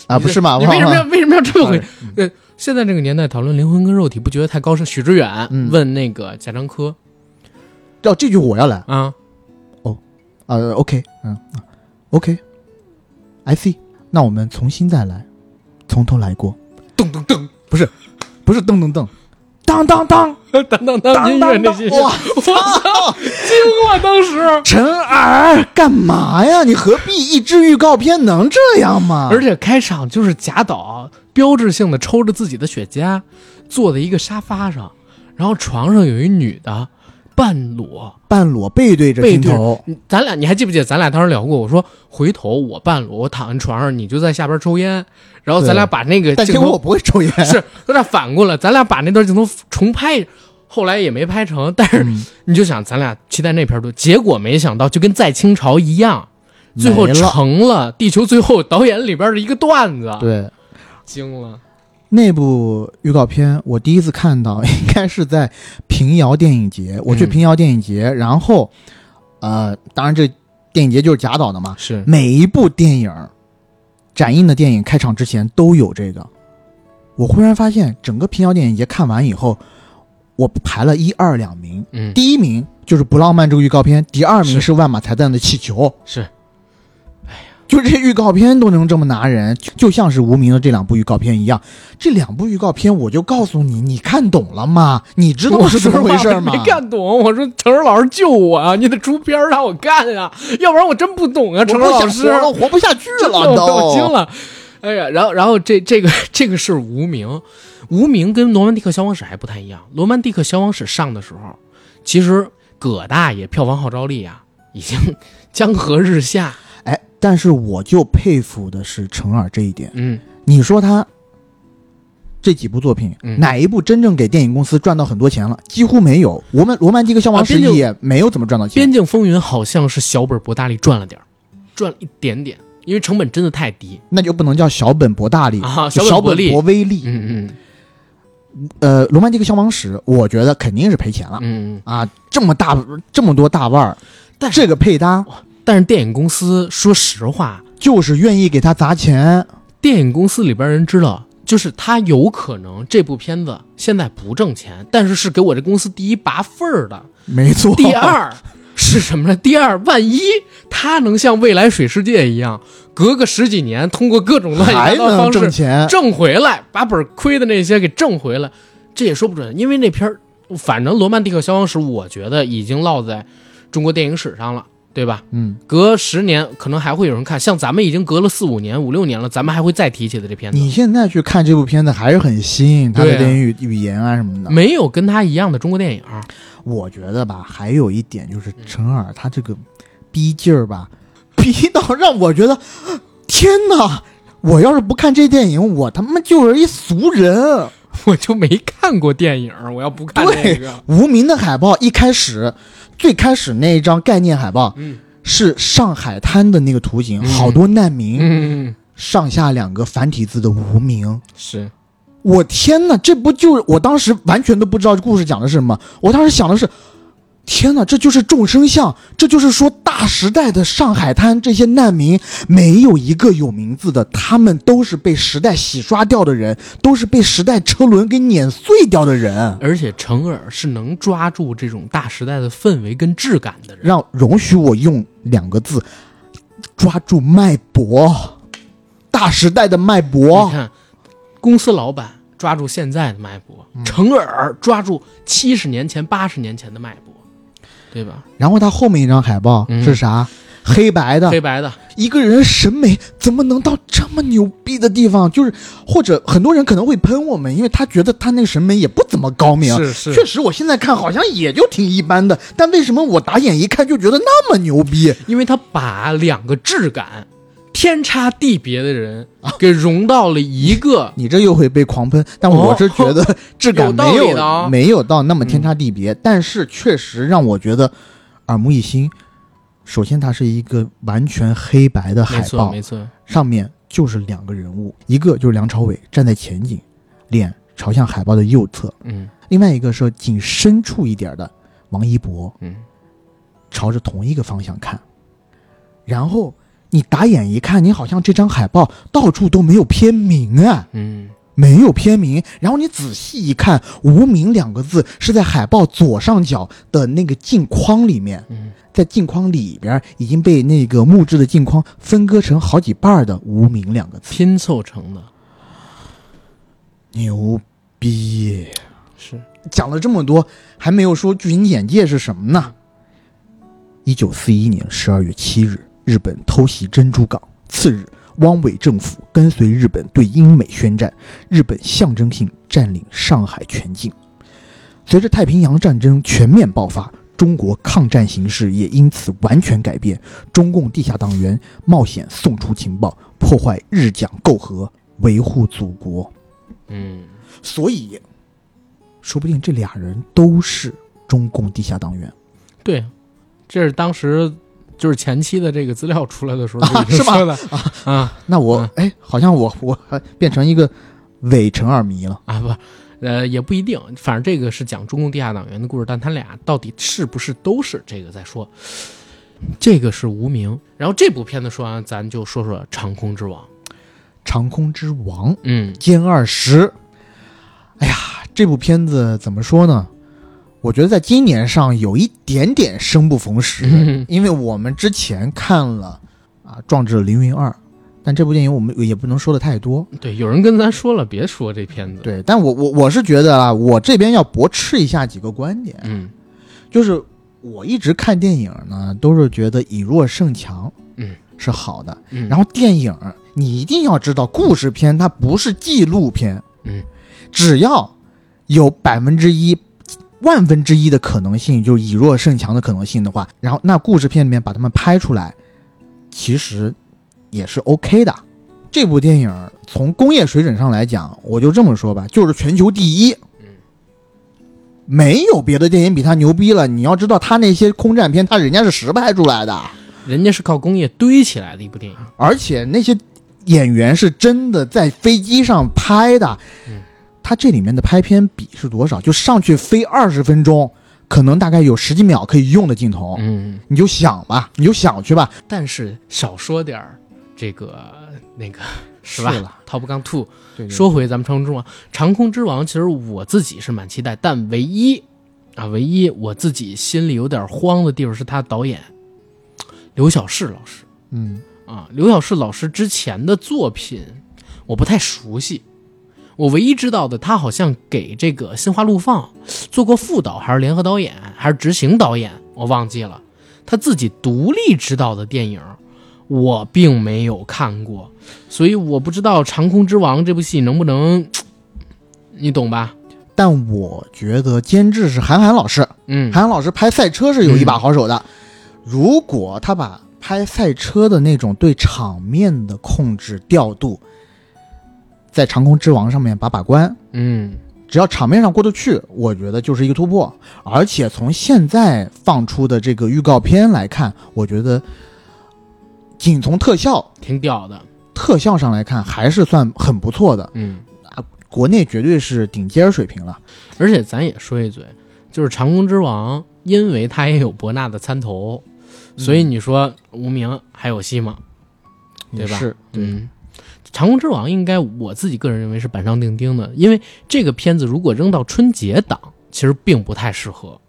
啊，不是吗？你为什么要忘了为什么要这么回？ Sorry 呃现在这个年代讨论灵魂跟肉体，不觉得太高深？许知远嗯问那个贾樟柯要哦这句我要来啊， 啊？OK，嗯啊，OK，I see。那我们重新再来，从头来过。噔噔噔不是噔噔噔，当当当当当当音当乐那当当些，，哇！啊我操，惊啊了当时。陈耳干嘛呀？你何必一支预告片能这样吗？而且开场就是贾导标志性的抽着自己的雪茄，坐在一个沙发上，然后床上有一女的半裸。半裸背对着背镜对头，你咱俩你还记不记得咱俩当时聊过？我说回头我半裸，我躺在床上，你就在下边抽烟，然后咱俩对把那个但镜结果我头不会抽烟。 是有点反过来，咱俩把那段镜头重拍。后来也没拍成，但是嗯你就想咱俩期待那片儿多，结果没想到就跟在清朝一样，最后没了成了《地球最后》导演里边的一个段子，对，惊了。那部预告片我第一次看到， 应该是在平遥电影节。我去嗯平遥电影节，然后，呃，当然这电影节就是贾导的嘛。是每一部电影展映的电影开场之前都有这个。我忽然发现，整个平遥电影节看完以后，我排了一二两名，嗯第一名就是《不浪漫》这个预告片，第二名是是万马才旦的《气球》。是，就这预告片都能这么拿人，就就像是无名的这两部预告片一样。这两部预告片，我就告诉你，你看懂了吗？你知道我是怎么说回话事吗没？看懂，我说成人老师救我啊！你得出片儿让我看呀、要不然我真不懂啊！我成不人想老师活，了，活不下 去真的了我都。我惊了。哎呀，然后然后这这个这个是无名，无名跟罗曼蒂克消亡史还不太一样。罗曼蒂克消亡史上的时候，其实葛大爷票房号召力啊已经 江河日下。哎，但是我就佩服的是陈耳这一点。嗯，你说他这几部作品，嗯哪一部真正给电影公司赚到很多钱了？几乎没有。我们《罗曼蒂克消亡史啊》边境也没有怎么赚到《钱边。境风云》好像是小本博大利赚了点儿，赚了一点点，因为成本真的太低。那就不能叫小本博大利啊小就小本博利博微利。嗯嗯呃，《罗曼蒂克消亡史》，我觉得肯定是赔钱了、嗯嗯，啊！这么大这么多大腕儿，但是这个配搭但是电影公司说实话，就是愿意给他砸钱。电影公司里边人知道，就是他有可能这部片子现在不挣钱，但是是给我这公司第一拔份儿的。没错，第二是什么呢？第二，万一他能像未来水世界一样，隔个十几年，通过各种乱七八还糟的能方挣式钱。挣回来，把本儿亏的那些给挣回来，这也说不准。因为那片儿，反正《罗曼蒂克消亡史》，我觉得已经落在中国电影史上了，对吧？嗯，隔十年可能还会有人看，像咱们已经隔了四五年、五六年了，咱们还会再提起的这片子，你现在去看这部片子还是很新，它对的啊电影语语言啊什么的。没有跟他一样的中国电影。 我觉得吧，还有一点就是陈耳他这个逼劲儿吧，逼到让我觉得，天哪！我要是不看这电影，我他妈就是一俗人。我就没看过电影，我要不看这个，无名的海报一开始，最开始那一张概念海报，嗯 是上海滩的那个图景，嗯好多难民，嗯，上下两个繁体字的无名。是我天呐，这不就是我当时完全都不知道故事讲的是什么？我当时想的是，天呐，这就是众生相，这就是说大时代的上海滩这些难民没有一个有名字的，他们都是被时代洗刷掉的人，都是被时代车轮给碾碎掉的人。而且程耳是能抓住这种大时代的氛围跟质感的人，让容许我用两个字，抓住脉搏，大时代的脉你搏。看，公司老板抓住现在的脉搏，嗯程耳抓住七十年前、八十年前的脉搏，对吧？然后他后面一张海报嗯是啥？黑白的，黑白的，一个人审美怎么能到这么牛逼的地方？就是或者很多人可能会喷我们，因为他觉得他那个审美也不怎么高明。是是，确实，我现在看好像也就挺一般的，但为什么我打眼一看就觉得那么牛逼？因为他把两个质感天差地别的人给融到了一个。你这又会被狂喷，但我是 觉得质感没哦有有道理的啊没有到那么天差地别，但是确实让我觉得耳目一新。首先，它是一个完全黑白的没海错，报，没错，上面就是两个人物，一个就是梁朝伟站在前景，脸朝向海报的右侧，嗯另外一个是仅深处一点的王一博嗯，朝着同一个方向看。然后你打眼一看，你好像这张海报到处都没有片名啊，嗯，没有片名。然后你仔细一看，“无名”两个字是在海报左上角的那个镜框里面，嗯在镜框里边已经被那个木质的镜框分割成好几瓣儿的“无名”两个字。拼凑成的，牛逼！是讲了这么多，还没有说剧情简介是什么呢？一九四一年十二月七日，日本偷袭珍珠港。次日，汪伪政府跟随日本对英美宣战，日本象征性占领上海全境。随着太平洋战争全面爆发，中国抗战形势也因此完全改变。中共地下党员冒险送出情报，破坏日蒋媾和，维护祖国。嗯，所以，说不定这俩人都是中共地下党员，对，这是当时就是前期的这个资料出来的时候啊就已经是吗说的啊那我嗯哎、好像我我还变成一个伪陈二迷了。 啊不，呃也不一定，反正这个是讲中共地下党员的故事，但他俩到底是不是都是这个再说，这个是无名。然后这部片子说完，咱就说说《长空之王》。长空之王嗯，歼二十，哎呀，这部片子怎么说呢？我觉得在今年上有一点点生不逢时， 嗯因为我们之前看了啊《壮志凌云二》，但这部电影我们也不能说的太多，对，有人跟咱说了，别说这片子。，对。但我我我是觉得啊，我这边要驳斥一下几个观点，嗯就是我一直看电影呢，都是觉得以弱胜强，嗯，是好的。嗯，然后后电影你一定要知道，故事片它不是纪录片，嗯，只要有百分之一。万分之一的可能性，就是以弱胜强的可能性的话，然后那故事片里面把他们拍出来，其实也是 OK 的。这部电影从工业水准上来讲，我就这么说吧，就是全球第一。嗯没有别的电影比他牛逼了。你要知道，他那些空战片，他人家是实拍出来的，人家是靠工业堆起来的一部电影。而且那些演员是真的在飞机上拍的。嗯他这里面的拍片比是多少？就上去飞二十分钟，可能大概有十几秒可以用的镜头，嗯，你就想吧，你就想去吧，但是少说点儿这个那个是吧？是了 Top Gun Two，对说回咱们长空之王，长空之王，其实我自己是蛮期待，但唯一啊，唯一我自己心里有点慌的地方是他导演刘晓世老师嗯，啊，刘晓世老师之前的作品我不太熟悉，我唯一知道的他好像给这个《心花怒放》做过副导，还是联合导演，还是执行导演，我忘记了。他自己独立执导的电影，我并没有看过，所以我不知道《长空之王》这部戏能不能，你懂吧？但我觉得监制是韩寒老师，嗯，韩寒老师拍赛车是有一把好手的。如果他把拍赛车的那种对场面的控制调度，在《长空之王》上面把把关，嗯，只要场面上过得去，我觉得就是一个突破。而且从现在放出的这个预告片来看，我觉得仅从特效挺屌的，特效上来看，还是算很不错的，嗯。国内绝对是顶尖水平了。而且咱也说一嘴，就是《长空之王》，因为他也有博纳的参投，所以你说无名还有戏吗？对吧？是，对嗯，《长空之王》应该我自己个人认为是板上钉钉的，因为这个片子如果扔到春节档，其实并不太适合。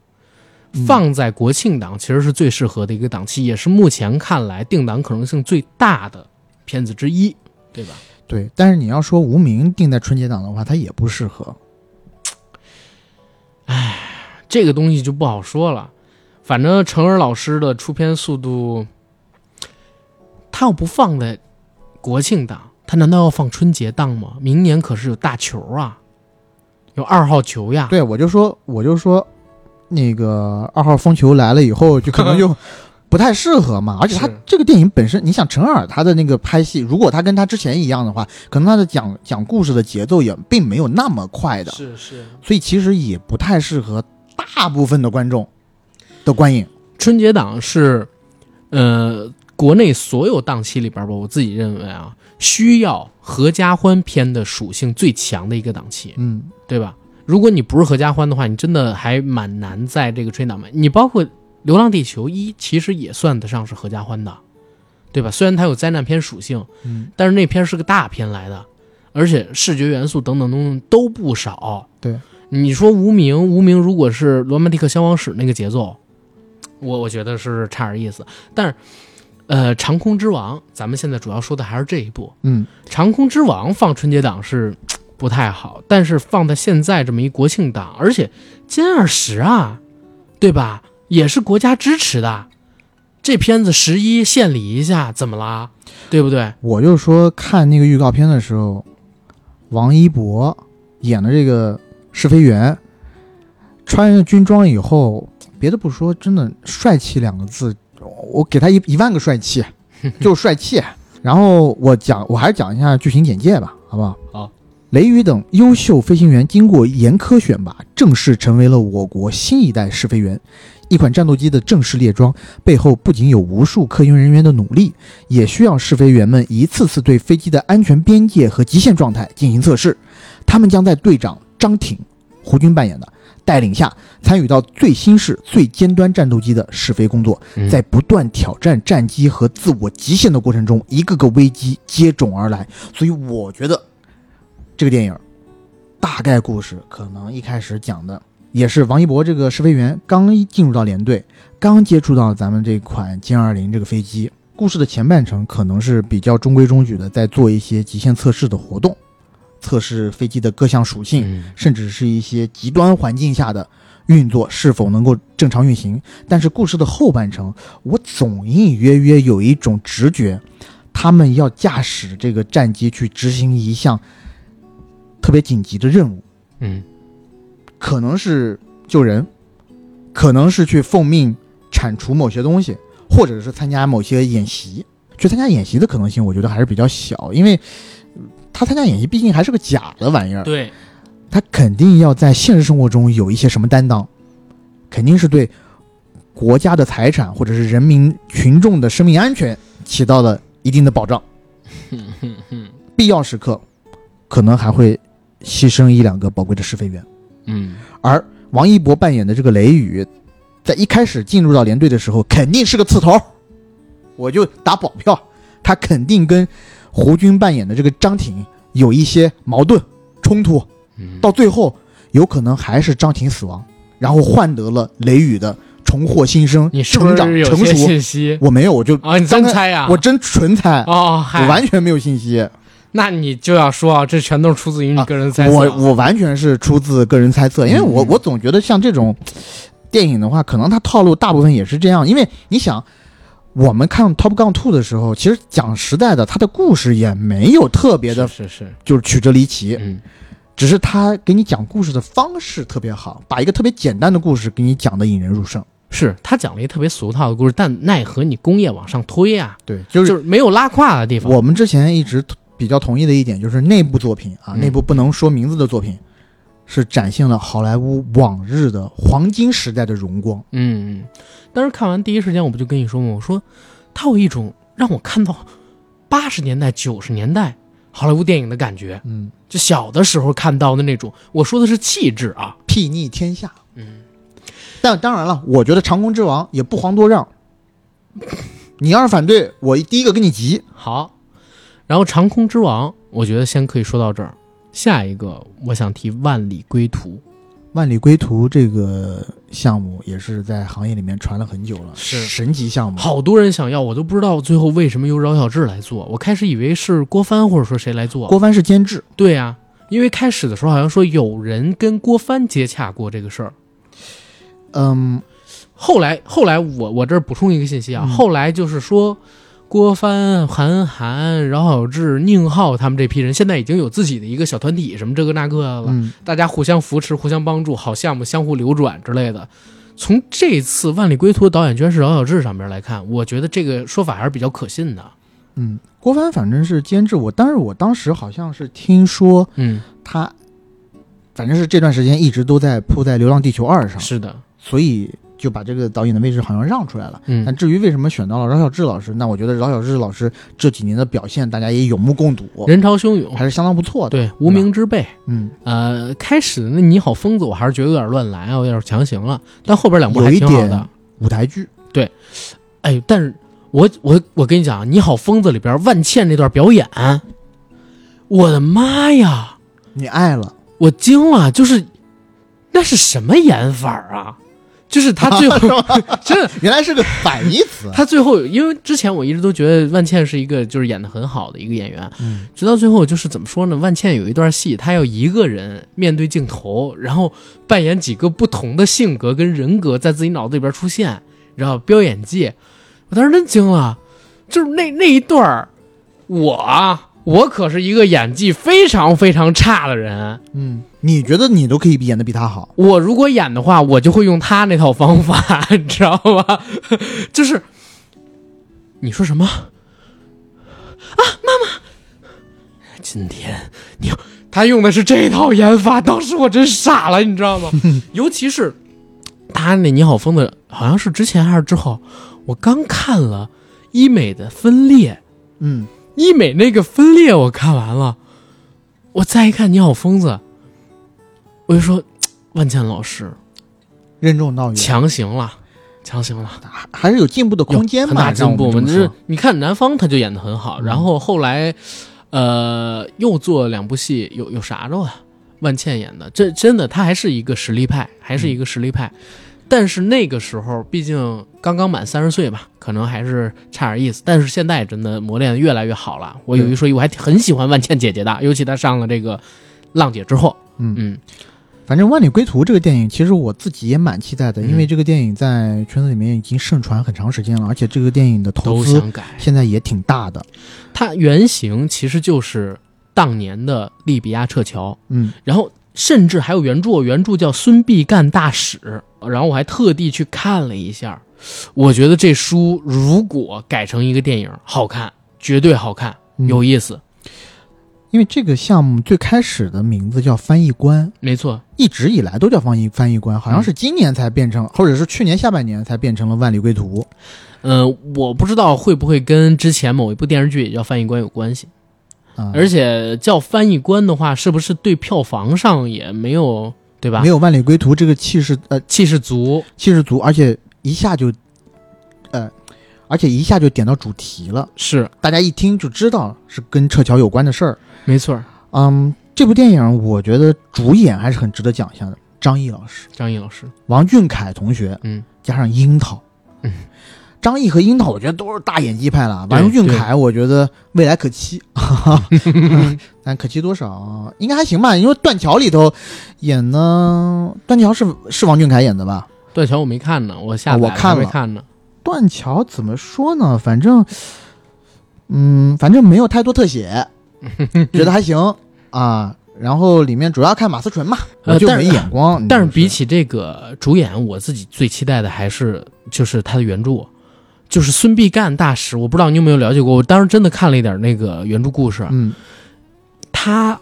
放在国庆档其实是最适合的一个档期，也是目前看来定档可能性最大的片子之一，对吧？对，但是你要说无名定在春节档的话，它也不适合。这个东西就不好说了。反正成人老师的出片速度他要不放在国庆档，他难道要放春节档吗？明年可是有大球啊，有二号球 呀。对，我就说，我就说，那个二号风球来了以后，就可 能就不太适合嘛。而且他是这个电影本身，你想陈耳他的那个拍戏，如果他跟他之前一样的话，可能他的讲讲故事的节奏也并没有那么快的，是是，所以其实也不太适合大部分的观众的观影。春节档是，呃，国内所有档期里边吧，我自己认为啊，需要合家欢片的属性最强的一个档期。嗯，对吧？如果你不是合家欢的话，你真的还蛮难在这个春节档买。你包括《流浪地球一》，其实也算得上是合家欢的，对吧？虽然它有灾难片属性，嗯，但是那片是个大片来的，而且视觉元素等等等等都不少。对，你说《无名》，《无名》如果是《罗曼蒂克消亡史》那个节奏，我我觉得是差点意思。但是，呃，《长空之王》，咱们现在主要说的还是这一部，嗯， 《长空之王》放春节档是不太好，但是放在现在这么一国庆档，而且歼二十啊，对吧？也是国家支持的，这片子十一献礼一下怎么啦？对不对？我就说看那个预告片的时候，王一博演的这个试飞员，穿上军装以后，别的不说，真的帅气两个字，我给他一一万个帅气，就是帅气。然后我讲，我还是讲一下剧情简介吧，好不好？好。雷雨等优秀飞行员经过严苛选拔，正式成为了我国新一代试飞员。一款战斗机的正式列装背后，不仅有无数科研人员的努力，也需要试飞员们一次次对飞机的安全边界和极限状态进行测试。他们将在队长张挺（胡军扮演的）带领下，参与到最新式、最尖端战斗机的试飞工作，嗯在不断挑战战机和自我极限的过程中，一个个危机接踵而来。所以，我觉得这个电影大概故事可能一开始讲的也是王一博这个试飞员刚一进入到连队，刚接触到咱们这款歼二零这个飞机。故事的前半程可能是比较中规中矩的，在做一些极限测试的活动，测试飞机的各项属性，嗯甚至是一些极端环境下的运作是否能够正常运行。但是故事的后半程，我总隐隐约约有一种直觉，他们要驾驶这个战机去执行一项特别紧急的任务，嗯，可能是救人，可能是去奉命铲除某些东西，或者是参加某些演习。去参加演习的可能性，我觉得还是比较小，因为嗯他参加演习毕竟还是个假的玩意儿，对，他肯定要在现实生活中有一些什么担当，肯定是对国家的财产或者是人民群众的生命安全起到了一定的保障。必要时刻，可能还会牺牲一两个宝贵的试飞员。嗯，而王一博扮演的这个雷雨，在一开始进入到连队的时候，肯定是个刺头，我就打保票，他肯定跟胡军扮演的这个张挺有一些矛盾冲突，到最后有可能还是张挺死亡，然后换得了雷雨的重获新生、你是不成长是有成些熟。信息我没有，我就、啊？你真猜呀、我真纯猜，哦，我嗨，完全没有信息。那你就要说啊，这全都是出自于你个人猜测。我我完全是出自个人猜测，因为我嗯我总觉得像这种电影的话，可能它套路大部分也是这样。因为你想，我们看《Top Gun 2》的时候，其实讲实在的，它的故事也没有特别的，是是是，就是曲折离奇，嗯只是它给你讲故事的方式特别好，把一个特别简单的故事给你讲的引人入胜。是他讲了一特别俗套的故事，但奈何你工业往上推啊，对，就是就是没有拉胯的地方。我们之前一直比较同意的一点就是内部作品啊，嗯内部不能说名字的作品，是展现了好莱坞往日的黄金时代的荣光。嗯，当时看完第一时间我不就跟你说吗？我说他有一种让我看到八十年代、九十年代好莱坞电影的感觉，嗯就小的时候看到的那种。我说的是气质啊，，睥睨天下。嗯，但当然了，我觉得长空之王也不遑多让。你要是反对，我第一个跟你急。好。然后《长空之王》，我觉得先可以说到这儿。下一个，我想提《万里归途万里归途这个项目也是在行业里面传了很久了，是神级项》，目。好多人想要，我都不知道最后为什么由饶晓志来做。我开始以为是郭帆或者说谁来做，郭帆是监制，对呀、因为开始的时候好像说有人跟郭帆接洽过这个事儿。嗯，后来，后来我我这儿补充一个信息啊，嗯后来就是说，郭帆、韩寒、饶晓志、宁浩他们这批人，现在已经有自己的一个小团体，什么这个那个了，嗯，大家互相扶持、互相帮助，好项目相互流转之类的。从这次《万里归途》导演圈是饶晓志上边来看，我觉得这个说法还是比较可信的。嗯，郭帆反正是监制我，但是我当时好像是听说嗯，他，反正是这段时间一直都在扑在《流浪地球二》上，嗯是的，所以就把这个导演的位置好像让出来了。嗯但至于为什么选到了饶晓志老师，那我觉得饶晓志老师这几年的表现，大家也有目共睹，人潮汹涌，还是相当不错的。对，无名之辈。嗯，呃，开始那你好疯子，我还是觉得有点乱来啊，有点强行了。但后边两部有还一挺好点的。舞台剧，哎，但是我我我跟你讲，啊你好疯子里边万茜那段表演，我的妈呀，你爱了，我惊了，就是那是什么演法啊？就是他最后真的，原来是个反义 词。他最后因为之前我一直都觉得万茜是一个就是演的很好的一个演员，嗯直到最后就是怎么说呢？万茜有一段戏，她要一个人面对镜头，然后扮演几个不同的性格跟人格在自己脑子里边出现，然后飙演技，我当时真惊了，就是那那一段儿，我啊我可是一个演技非常非常差的人，嗯，你觉得你都可以演的比他好？我如果演的话，我就会用他那套方法， 你知道吗？就是你说什么啊，妈妈，今天你他用的是这套演法，当时我真傻了，你知道吗？ 尤其是他那《你好，疯子》，好像是之前还是之后，我刚看了医美的分裂，嗯，医美那个分裂我看完了，我再一看《你好，疯子》，我就说万茜老师。任重道远，强行了，强行了，还还是有进步的空间很嘛？大进步让我嘛。们就这么是说嗯你看南方他就演的很好，然后后来，呃，又做两部戏，有有啥着啊？万茜演的，这真的他还是一个实力派，还是一嗯个实力派。但是那个时候，毕竟刚刚满三十岁吧，可能还是差点意思。但是现在真的磨练得越来越好了。我有一说一，我还挺很喜欢万茜姐姐的，尤其她上了这个《浪姐》之后，嗯嗯，反正《万里归途》这个电影，其实我自己也蛮期待的，嗯因为这个电影在圈子里面已经盛传很长时间了，而且这个电影的投都资想改。现在也挺大的。它原型其实就是当年的利比亚撤侨，嗯，然后甚至还有原著，原著叫《孙必干大使》，然后我还特地去看了一下，我觉得这书如果改成一个电影，好看，绝对好看，嗯有意思，因为这个项目最开始的名字叫翻译官，没错，一直以来都叫翻译翻译官，好像嗯是今年才变成，或者是去年下半年才变成了《万里归途》。呃，我不知道会不会跟之前某一部电视剧也叫《翻译官》有关系，啊、而且叫《翻译官》的话，是不是对票房上也没有对吧没？有《万里归途》这个气势，呃，气势足，气势足，而且一下就，呃，而且一下就点到主题了，是大家一听就知道是跟撤侨有关的事儿。没错，嗯，这部电影我觉得主演还是很值得讲一下的，张译老师、张译老师，王俊凯同学，嗯，加上樱桃，嗯， 张译和樱桃我觉得都是大演技派了。对王俊凯我觉得未来可 期， 但可期多少应该还行吧，因为《断桥》里头演呢，《断桥是》是王俊凯演的吧？断桥我没看呢，我啊下载我还看没了看呢。 《断桥》怎么说呢？反正，嗯，反正没有太多特 写，觉得还行啊。然后里面主要看马思纯嘛，呃我就但没是眼光。你但是说比起这个主演，我自己最期待的还是就是他的原著，就是孙必干大使。我不知道你有没有了解过，我当时真的看了一点那个原著故事。嗯，他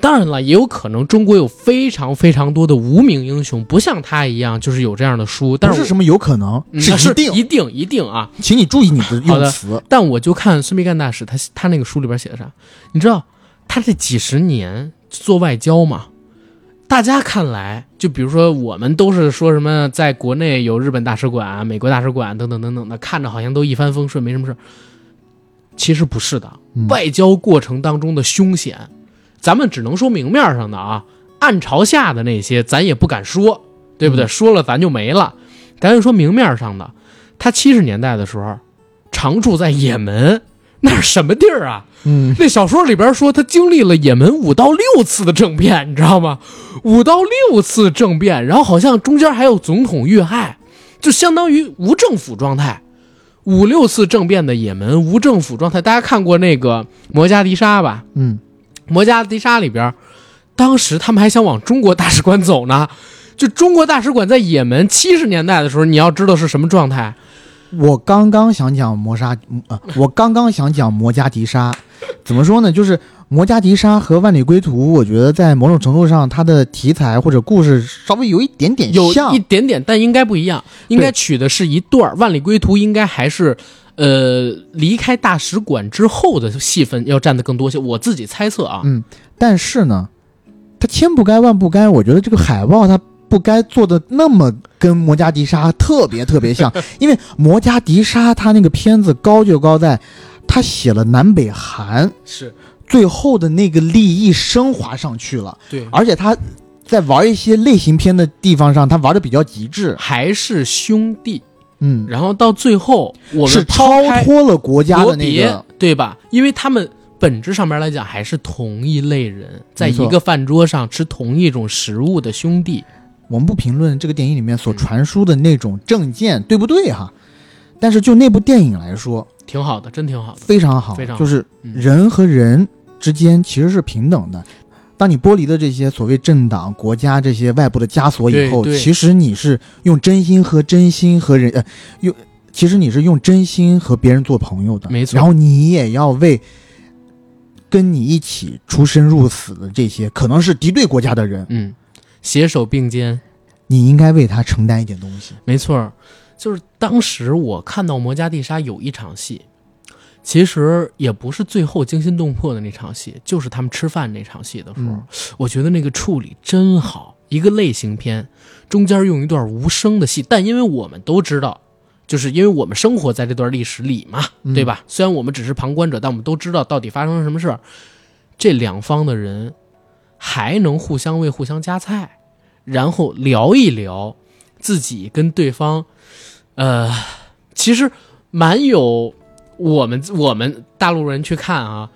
当然了，也有可能中国有非常非常多的无名英雄，不像他一样就是有这样的书。但不是是我什么有可能，嗯是是一定。一定一定啊！请你注意你的好用的词。但我就看孙必干大使，他他那个书里边写的啥？你知道他这几十年做外交嘛？大家看来，就比如说我们都是说什么，在国内有日本大使馆、美国大使馆等等等等的，看着好像都一帆风顺，没什么事儿。其实不是的，嗯外交过程当中的凶险，咱们只能说明面上的啊，暗潮下的那些咱也不敢说，对不对？说了咱就没了。咱就说明面上的，他七十年代的时候，常住在也门，那是什么地儿啊？嗯， 那小说里边说他经历了也门五到六次的政变，你知道吗？五到六次政变，然后好像中间还有总统遇害，就相当于无政府状态。五六次政变的也门无政府状态，大家看过那个《摩加迪沙》吧？嗯， 《摩加迪沙》里边，当时他们还想往中国大使馆走呢。就中国大使馆在也门七十年代的时候，你要知道是什么状态，我刚刚想讲摩沙，呃，我刚刚想讲摩加迪沙，怎么说呢？就是摩加迪沙和万里归途，我觉得在某种程度上，它的题材或者故事稍微有一点点有像一，点点，但应该不一样，应该取的是一段儿《万里归途》，应该还是。呃，离开大使馆之后的戏份要占的更多些，我自己猜测啊，嗯，但是呢，它千不该万不该，我觉得这个海报它不该做的那么跟摩加迪沙特别特 别像，因为摩加迪沙它那个片子高就高在，它写了南北韩，是最后的那个利益升华上去了。对，而且他在玩一些类型片的地方上，他玩的比较极致，还是兄弟，嗯，然后到最后我是们超抛开脱了国家国的那别个，，对吧？因为他们本质上面来讲还是同一类人，在没错一个饭桌上吃同一种食物的兄弟。我们不评论这个电影里面所传输的那种证件对不对哈，但是就那部电影来说，挺好的，真挺好的。非常好，非常好就是嗯人和人之间其实是平等的。当你剥离了这些所谓政党、国家这些外部的枷锁以后，对对其实你是用真心和真心和人，呃，用其实你是用真心和别人做朋友的，没错然后你也要为跟你一起出生入死的这些可能是敌对国家的人，嗯，携手并肩，你应该为他承担一点东西。没错儿。就是当时我看到《摩加蒂莎》有一场戏，其实也不是最后惊心动魄的那场戏，就是他们吃饭那场戏的时候，嗯我觉得那个处理真好。一个类型片中间用一段无声的戏，但因为我们都知道，就是因为我们生活在这段历史里嘛，嗯对吧？虽然我们只是旁观者，但我们都知道到底发生了什么事儿。这两方的人还能互相为互相夹菜，然后聊一聊自己跟对方，呃，其实蛮有我们我们大陆人去看啊，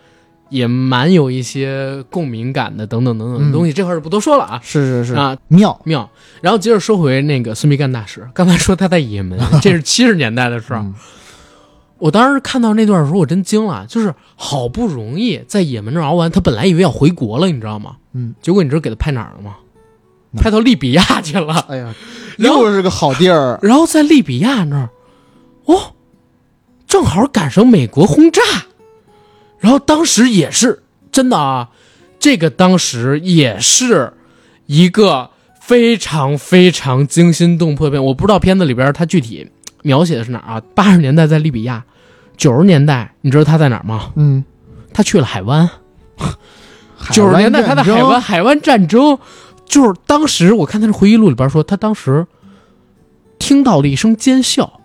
也蛮有一些共鸣感的，等等等等的东西，这块儿就不多说了啊是是是，啊妙，妙。然后接着说回那个孙必干大使，刚才说他在也 门，这是七十年代的事儿。嗯我当时看到那段的时候，我真惊了，就是好不容易在也门那儿熬完，他本来以为要回国了，你知道吗？嗯，结果你知道给他派哪儿了吗？哪儿派到利比亚去了。哎呀，然后又是个好地儿，然后在利比亚那儿，哦，正好赶上美国轰炸，然后当时也是真的啊，这个当时也是一个非常非常惊心动魄的片，我不知道片子里边它具体描写的是哪儿啊？八十年代在利比亚，九十年代你知道他在哪儿吗？嗯，他去了海湾。海九十湾年代他的战海争湾海湾战争，就是当时我看他的回忆录里边说，他当时听到了一声尖笑，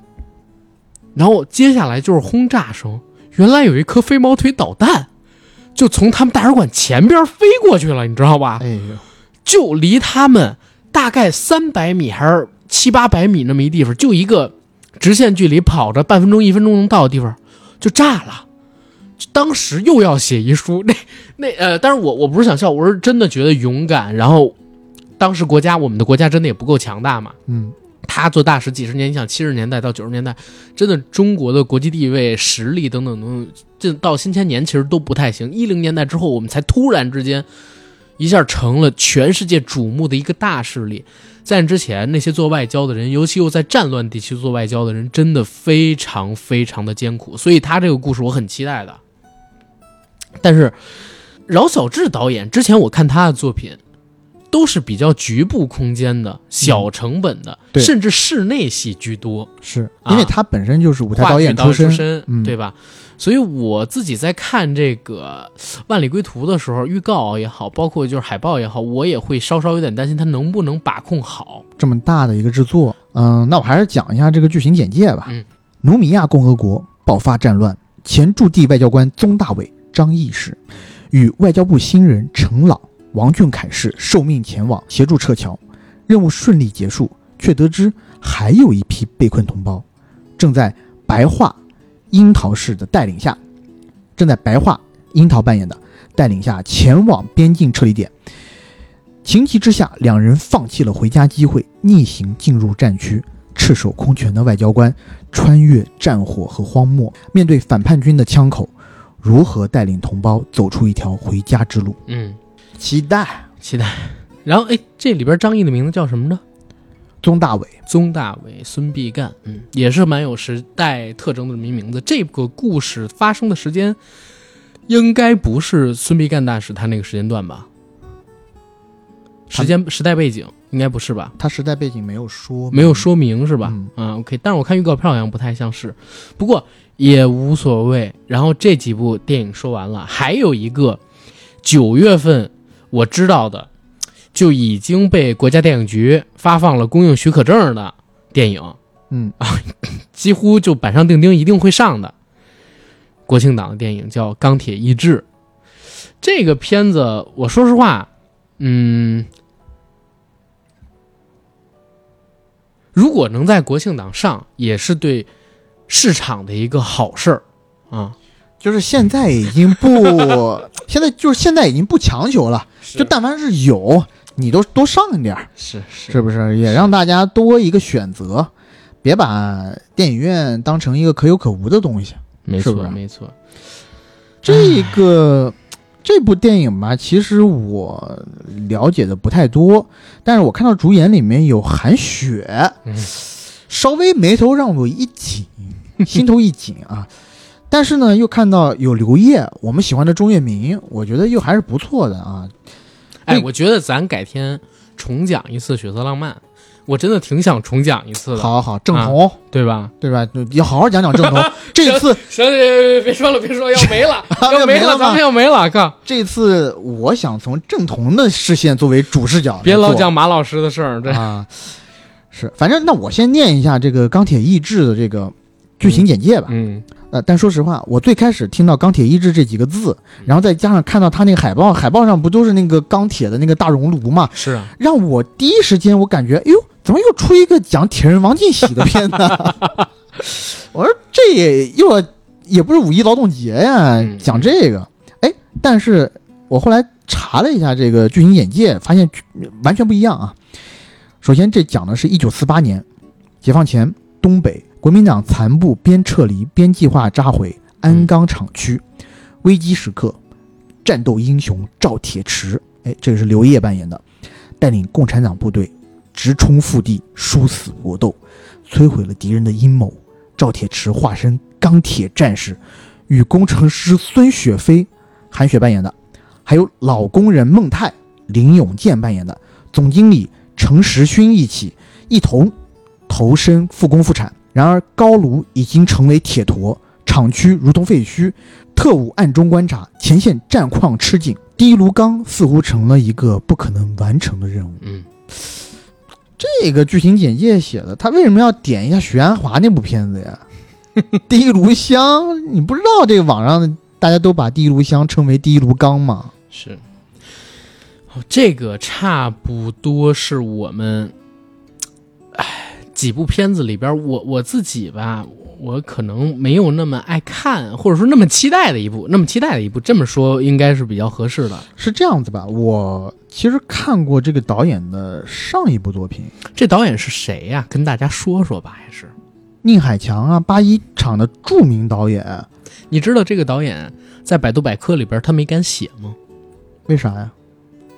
然后接下来就是轰炸声，原来有一颗飞毛腿导弹就从他们大使馆前边飞过去了，你知道吧？哎呦，就离他们大概三百米还是七八百米那么一地方，就一个直线距离，跑着半分钟一分钟能到的地方就炸了。当时又要写遗书， 那那呃，但是我我不是想笑，我是真的觉得勇敢。然后当时国家我们的国家真的也不够强大嘛，嗯，他做大使几十年，你想七十年代到九十年代，真的中国的国际地位、实力等等等等，这到新千年其实都不太行。一零年代之后，我们才突然之间一下成了全世界瞩目的一个大势力。在那之前，那些做外交的人，尤其又在战乱地区做外交的人，真的非常非常的艰苦。所以他这个故事我很期待的。但是饶晓志导演之前我看他的作品，都是比较局部空间的、小成本的，对甚至室内戏居多，是啊因为他本身就是舞台话导剧演导出出身，身，嗯对吧？所以我自己在看这个《万里归途》的时候，预告也好，包括就是海报也好，我也会稍稍有点担心他能不能把控好。这么大的一个制作，嗯，那我还是讲一下这个剧情简介吧。嗯，努米亚共和国爆发战乱，前驻地外交官宗大伟、张义士与外交部新人程朗、王俊凯氏受命前往协助撤侨，任务顺利结束，却得知还有一批被困同胞正在白桦樱桃市的带领下，正在白桦樱桃扮演的带领下前往边境撤离点。情急之下，两人放弃了回家机会，逆行进入战区，赤手空拳的外交官穿越战火和荒漠，面对反叛军的枪口，如何带领同胞走出一条回家之路？嗯，期待期待。然后哎，这里边张译的名字叫什么呢？宗大伟，宗大伟、孙必干，嗯，也是蛮有时代特征的这么一名字。这个故事发生的时间，应该不是孙必干大使他那个时间段吧？他时间时代背景应该不是吧？他时代背景没有说，没有说明是吧？嗯啊，OK，但是我看预告片好像不太像是，不过也无所谓。然后这几部电影说完了，还有一个九月份我知道的，就已经被国家电影局发放了公映许可证的电影，啊嗯，几乎就板上钉钉一定会上的国庆档的电影叫《钢铁意志》。这个片子，我说实话，嗯，如果能在国庆档上，也是对市场的一个好事儿啊。就是现在已经 不，现在就是现在已经不强求了，是就但凡是有，你都多上一点儿，是是是不是？也让大家多一个选择，别把电影院当成一个可有可无的东西。没是不错是没错，这个这部电影吧，其实我了解的不太多，但是我看到主演里面有韩雪，嗯稍微眉头让我一紧，心头一紧啊。但是呢，又看到有刘烨，我们喜欢的钟跃明，我觉得又还是不错的啊。哎，对我觉得咱改天重讲一次《血色浪漫》，我真的挺想重讲一次的，啊好好，郑红、对吧？对吧？就要好好讲讲 郑红。这次行行行，别说了，别说了，要没了， 要没 要没了了，吗咱们要没了，靠！这次我想从郑彤的视线作为主视角来做，别老讲马老师的事儿，这啊，是，反正那我先念一下这个《钢铁意志》的这个剧情简介吧。嗯呃，但说实话，我最开始听到“钢铁意志”这几个字，嗯然后再加上看到他那个海报，海报上不都是那个钢铁的那个大熔炉嘛，是啊，让我第一时间我感觉，哎呦，怎么又出一个讲铁人王进喜的片呢？我说这也又要也不是五一劳动节呀嗯，讲这个，哎，但是我后来查了一下这个剧情简介，发现呃完全不一样啊。首先，这讲的是一九四八年解放前东北国民党残部边撤离边计划炸毁鞍钢厂区，危机时刻，战斗英雄赵铁池，哎，这个是刘烨扮演的，带领共产党部队直冲腹地，殊死搏斗，摧毁了敌人的阴谋。赵铁池化身钢铁战士，与工程师孙雪飞、韩雪扮演的，还有老工人孟泰、林永健扮演的，总经理程时勋一起一同投身复工复产。然而高炉已经成为铁坨，厂区如同废墟，特务暗中观察，前线战况吃紧，低炉钢似乎成了一个不可能完成的任务。嗯，这个剧情简介写的，他为什么要点一下许鞍华那部片子呀？ 第一炉香，你不知道这个网上的大家都把第一炉香称为第一炉钢吗？是。好，这个差不多是我们，哎，几部片子里边儿，我我自己吧，我可能没有那么爱看，或者说那么期待的一部，那么期待的一部，这么说应该是比较合适的。是这样子吧？我其实看过这个导演的上一部作品，这导演是谁呀、跟大家说说吧，还是宁海强啊，八一厂的著名导演，你知道这个导演在百度百科里边儿他没敢写吗？为啥呀？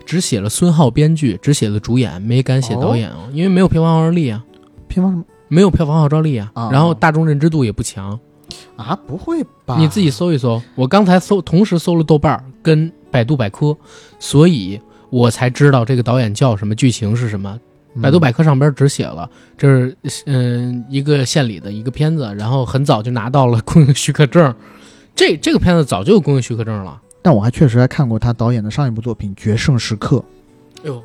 只写了孙浩编剧，只写了主演，没敢写导演哦，因为没有票房号召力啊，偏方什么没有票房号召力啊，啊然后大众认知度也不强。啊？不会吧？你自己搜一搜，我刚才搜，同时搜了豆瓣儿跟百度百科，所以我才知道这个导演叫什么，剧情是什么。嗯百度百科上边只写了这是嗯、一个县里的一个片子，然后很早就拿到了 公映许可证。这这个片子早就有公映许可证了。但我还确实还看过他导演的上一部作品《决胜时刻》，《哎呦，《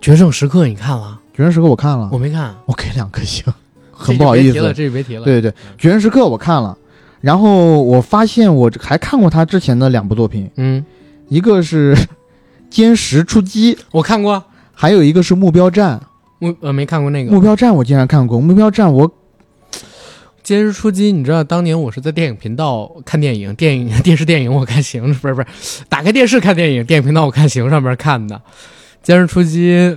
决胜时刻》你看了？决胜时刻》我看了，我没看，我给两颗 星，这很就不好别意提思了，。这就别提了。嗯对对对，《决胜时刻》我看了，然后我发现我还看过他之前的两部作品，嗯，一个是《歼十出击》，我看过，还有一个是《目标战》。我我没看过那个《目标战我竟然看过，《目标战》我今日出击》，你知道当年我是在电影频道看电影，电影电视电影我看行，不是不是，打开电视看电影，电影频道我看行上面看的。今日出击，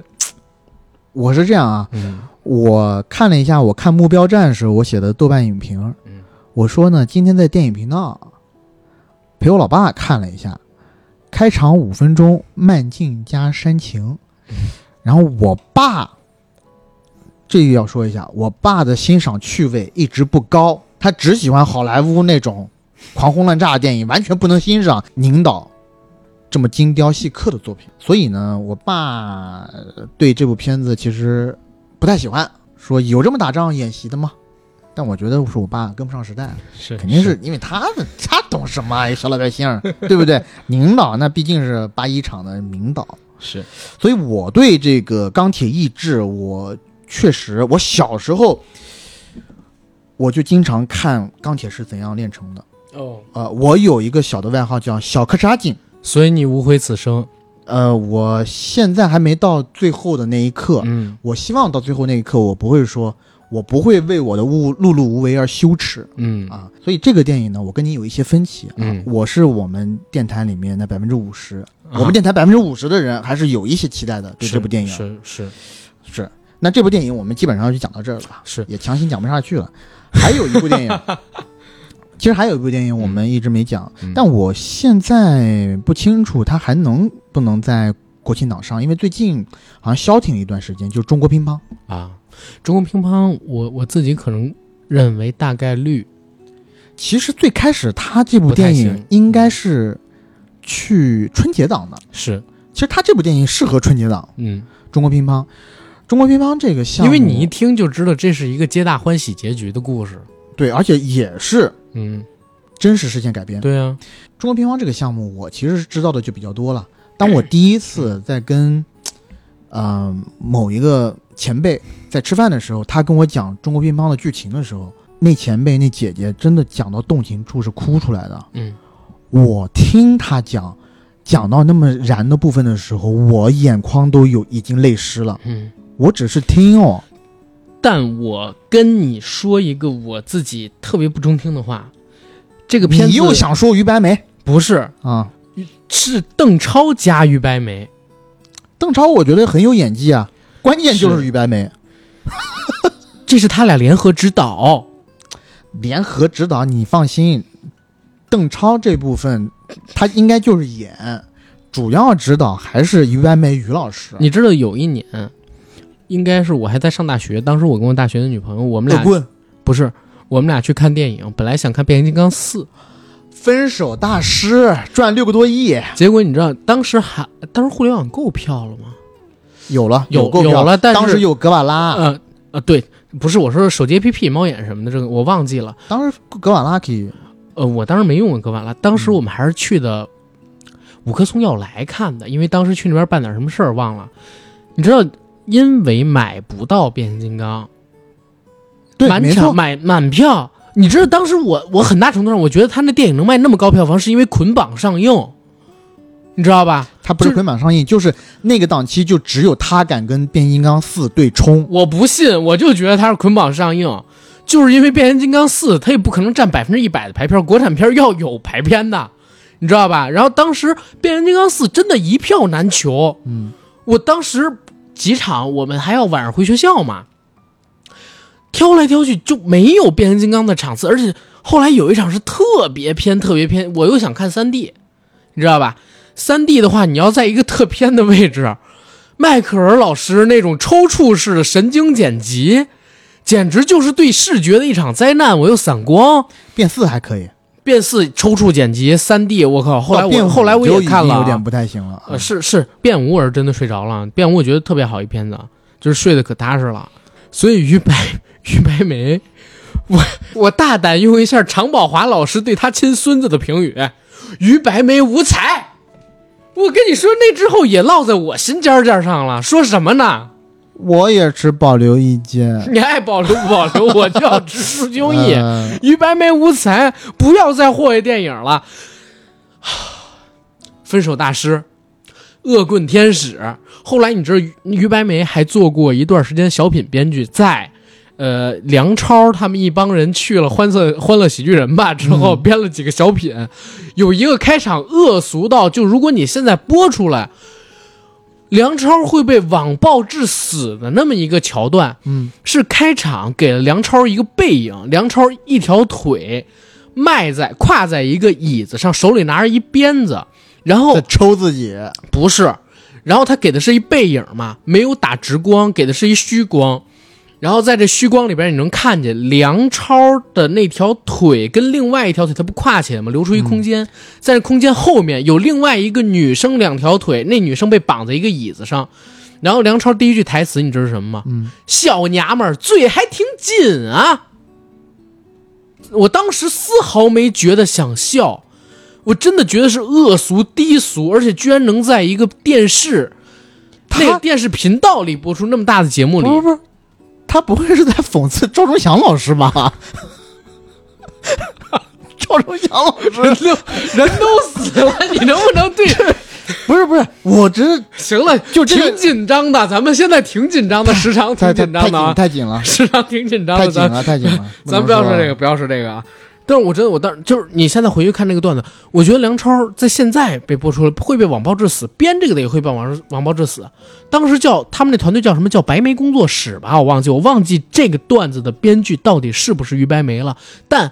我是这样啊，嗯我看了一下，我看《目标战士》我写的豆瓣影评，嗯我说呢，今天在电影频道陪我老爸看了一下，开场五分钟慢镜加煽情，然后我爸这个要说一下，我爸的欣赏趣味一直不高，他只喜欢好莱坞那种狂轰滥炸的电影，完全不能欣赏宁导这么精雕细刻的作品。所以呢，我爸呃对这部片子其实不太喜欢，说有这么打仗演习的吗？但我觉得是我爸跟不上时代，是肯定是因为他的他懂什么啊呀，小老百姓， 对不对？宁导那毕竟是八一厂的名导，是所以我对这个钢铁意志，我确实，我小时候我就经常看《钢铁是怎样炼成的》。哦，呃，我有一个小的外号叫小柯察井。所以你无悔此生，呃，我现在还没到最后的那一刻，嗯我希望到最后那一刻，我不会说，我不会为我的碌碌碌无为而羞耻嗯啊。所以这个电影呢，我跟你有一些分歧啊。嗯我是我们电台里面的百分之五十，我啊们电台百分之五十的人还是有一些期待的对是这部电影。是是是，那这部电影我们基本上就讲到这儿 了吧？是也强行讲不下去了。还有一部 电影，其实还有一部电影我们一直没讲，嗯但我现在不清楚它还能不能在国庆档上，因为最近好像消停了一段时间，就是中国乒乓。啊，中国乒乓，我我自己可能认为大概率其实最开始它这部电不太影行应该是去春节档的，是其实它这部电影适合春节档。嗯，中国乒乓，中国乒乓这个项因目，为你一听就知道这是一个皆大欢喜结局的故事，对，而且也是嗯，真实事件改编。对啊，中国乒乓这个项目，我其实是知道的就比较多了。当嗯我第一次在跟，呃，某一个前辈在吃饭的时候，他跟我讲中国乒乓的剧情的时候，那前辈那姐姐真的讲到动情处是哭出来的。嗯，我听他讲，讲到那么燃的部分的时候，我眼眶都有已经泪湿了。嗯，我只是听哦，但我跟你说一个我自己特别不中听的话，这个片你子又想说于白眉不是啊？是邓超加于白眉，邓超我觉得很有演技啊，关键就是是于白眉。这是他俩联合执导。联合指导，你放心，邓超这部分他应该就是演，主要指导还是于白梅于老师。你知道有一年，应该是我还在上大学，当时我跟我大学的女朋友，我们俩棍不是我们俩去看电影，本来想看《变形金刚四》，分手大师赚六个多亿，结果你知道当时还当时互联网购票了吗？有了有购票有了但是当时有格瓦拉，呃呃，对，不是我说手机 APP 猫眼什么的，这个我忘记了。当时格瓦拉可以呃，我当时没用过格瓦拉，当时嗯我们还是去的五棵松要来看的，因为当时去那边办点什么事儿忘了。你知道，因为买不到变形金刚，对，满没错场，买满票。你知道当时我我很大程度上我觉得他那电影能卖那么高票房，是因为捆绑上映，你知道吧？他不是就是捆绑上映，就是那个档期就只有他敢跟变形金刚四对冲。我不信，我就觉得它是捆绑上映，就是因为《变形金刚四》它也不可能占百分之一百的排片，国产片要有排片的，你知道吧？然后当时《变形金刚四》真的一票难求，嗯，我当时几场我们还要晚上回学校嘛，挑来挑去就没有变形金刚的场次，而且后来有一场是特别偏特别偏，我又想看三 D，你知道吧？三 D 的话，你要在一个特偏的位置，迈克尔老师那种抽搐式的神经剪辑，简直就是对视觉的一场灾难。我又散光，变四还可以，变四抽搐剪辑，三 D，我靠！后来到哦变我五后来我就也已经看了有点嗯啊，不太行了。呃，是是变五我是真的睡着了，变五我觉得特别好一片子，就是睡得可踏实了。所以于白 于白梅，我我大胆用一下常宝华老师对他亲孙子的评语：于白梅无才。我跟你说，那之后也落在我心尖儿尖儿上了。说什么呢？我也持保留意见。 你爱保留不保留，我就要直抒胸 臆。呃于白眉无才，不要再祸害电影了。 分手大师，恶棍天使。后来你知道于于白眉还做过一段时间小品编剧，在呃梁超他们一帮人去了欢乐欢乐喜剧人吧之后，编了几个小品，有一个开场恶俗到就如果你现在播出来。梁超会被网暴致死的那么一个桥段，嗯，是开场给了梁超一个背影，梁超一条腿迈在跨在一个椅子上，手里拿着一鞭子，然后在抽自己，不是，然后他给的是一背影嘛，没有打直光，给的是一虚光。然后在这虚光里边，你能看见梁超的那条腿跟另外一条腿，他不跨起来吗？留出一空嗯间，在这空间后面有另外一个女生两条腿，那女生被绑在一个椅子上。然后梁超第一句台词你知道是什么吗？嗯，小娘们儿嘴还挺紧啊！我当时丝毫没觉得想笑，我真的觉得是恶俗低俗，而且居然能在一个电视那他个电视频道里播出那么大的节目里，不不不，他不会是在讽刺赵忠祥老师吧？ 赵忠祥老师人 都人都死了，你能不能 对？不是不是，我只是行了，就这个挺紧张的，咱们现在挺紧张的，时长太挺太紧张太的紧啊，太紧了，时长挺紧张太的，紧咱了，太紧 了。咱能不要说了这个，，不要说这个啊。但是我真的，我当时就是你现在回去看这个段子，我觉得梁超在现在被播出来会被网暴致死，编这个的也会被网网暴致死。当时叫他们那团队叫什么叫白眉工作室吧，我忘记，我忘记这个段子的编剧到底是不是于白眉了。但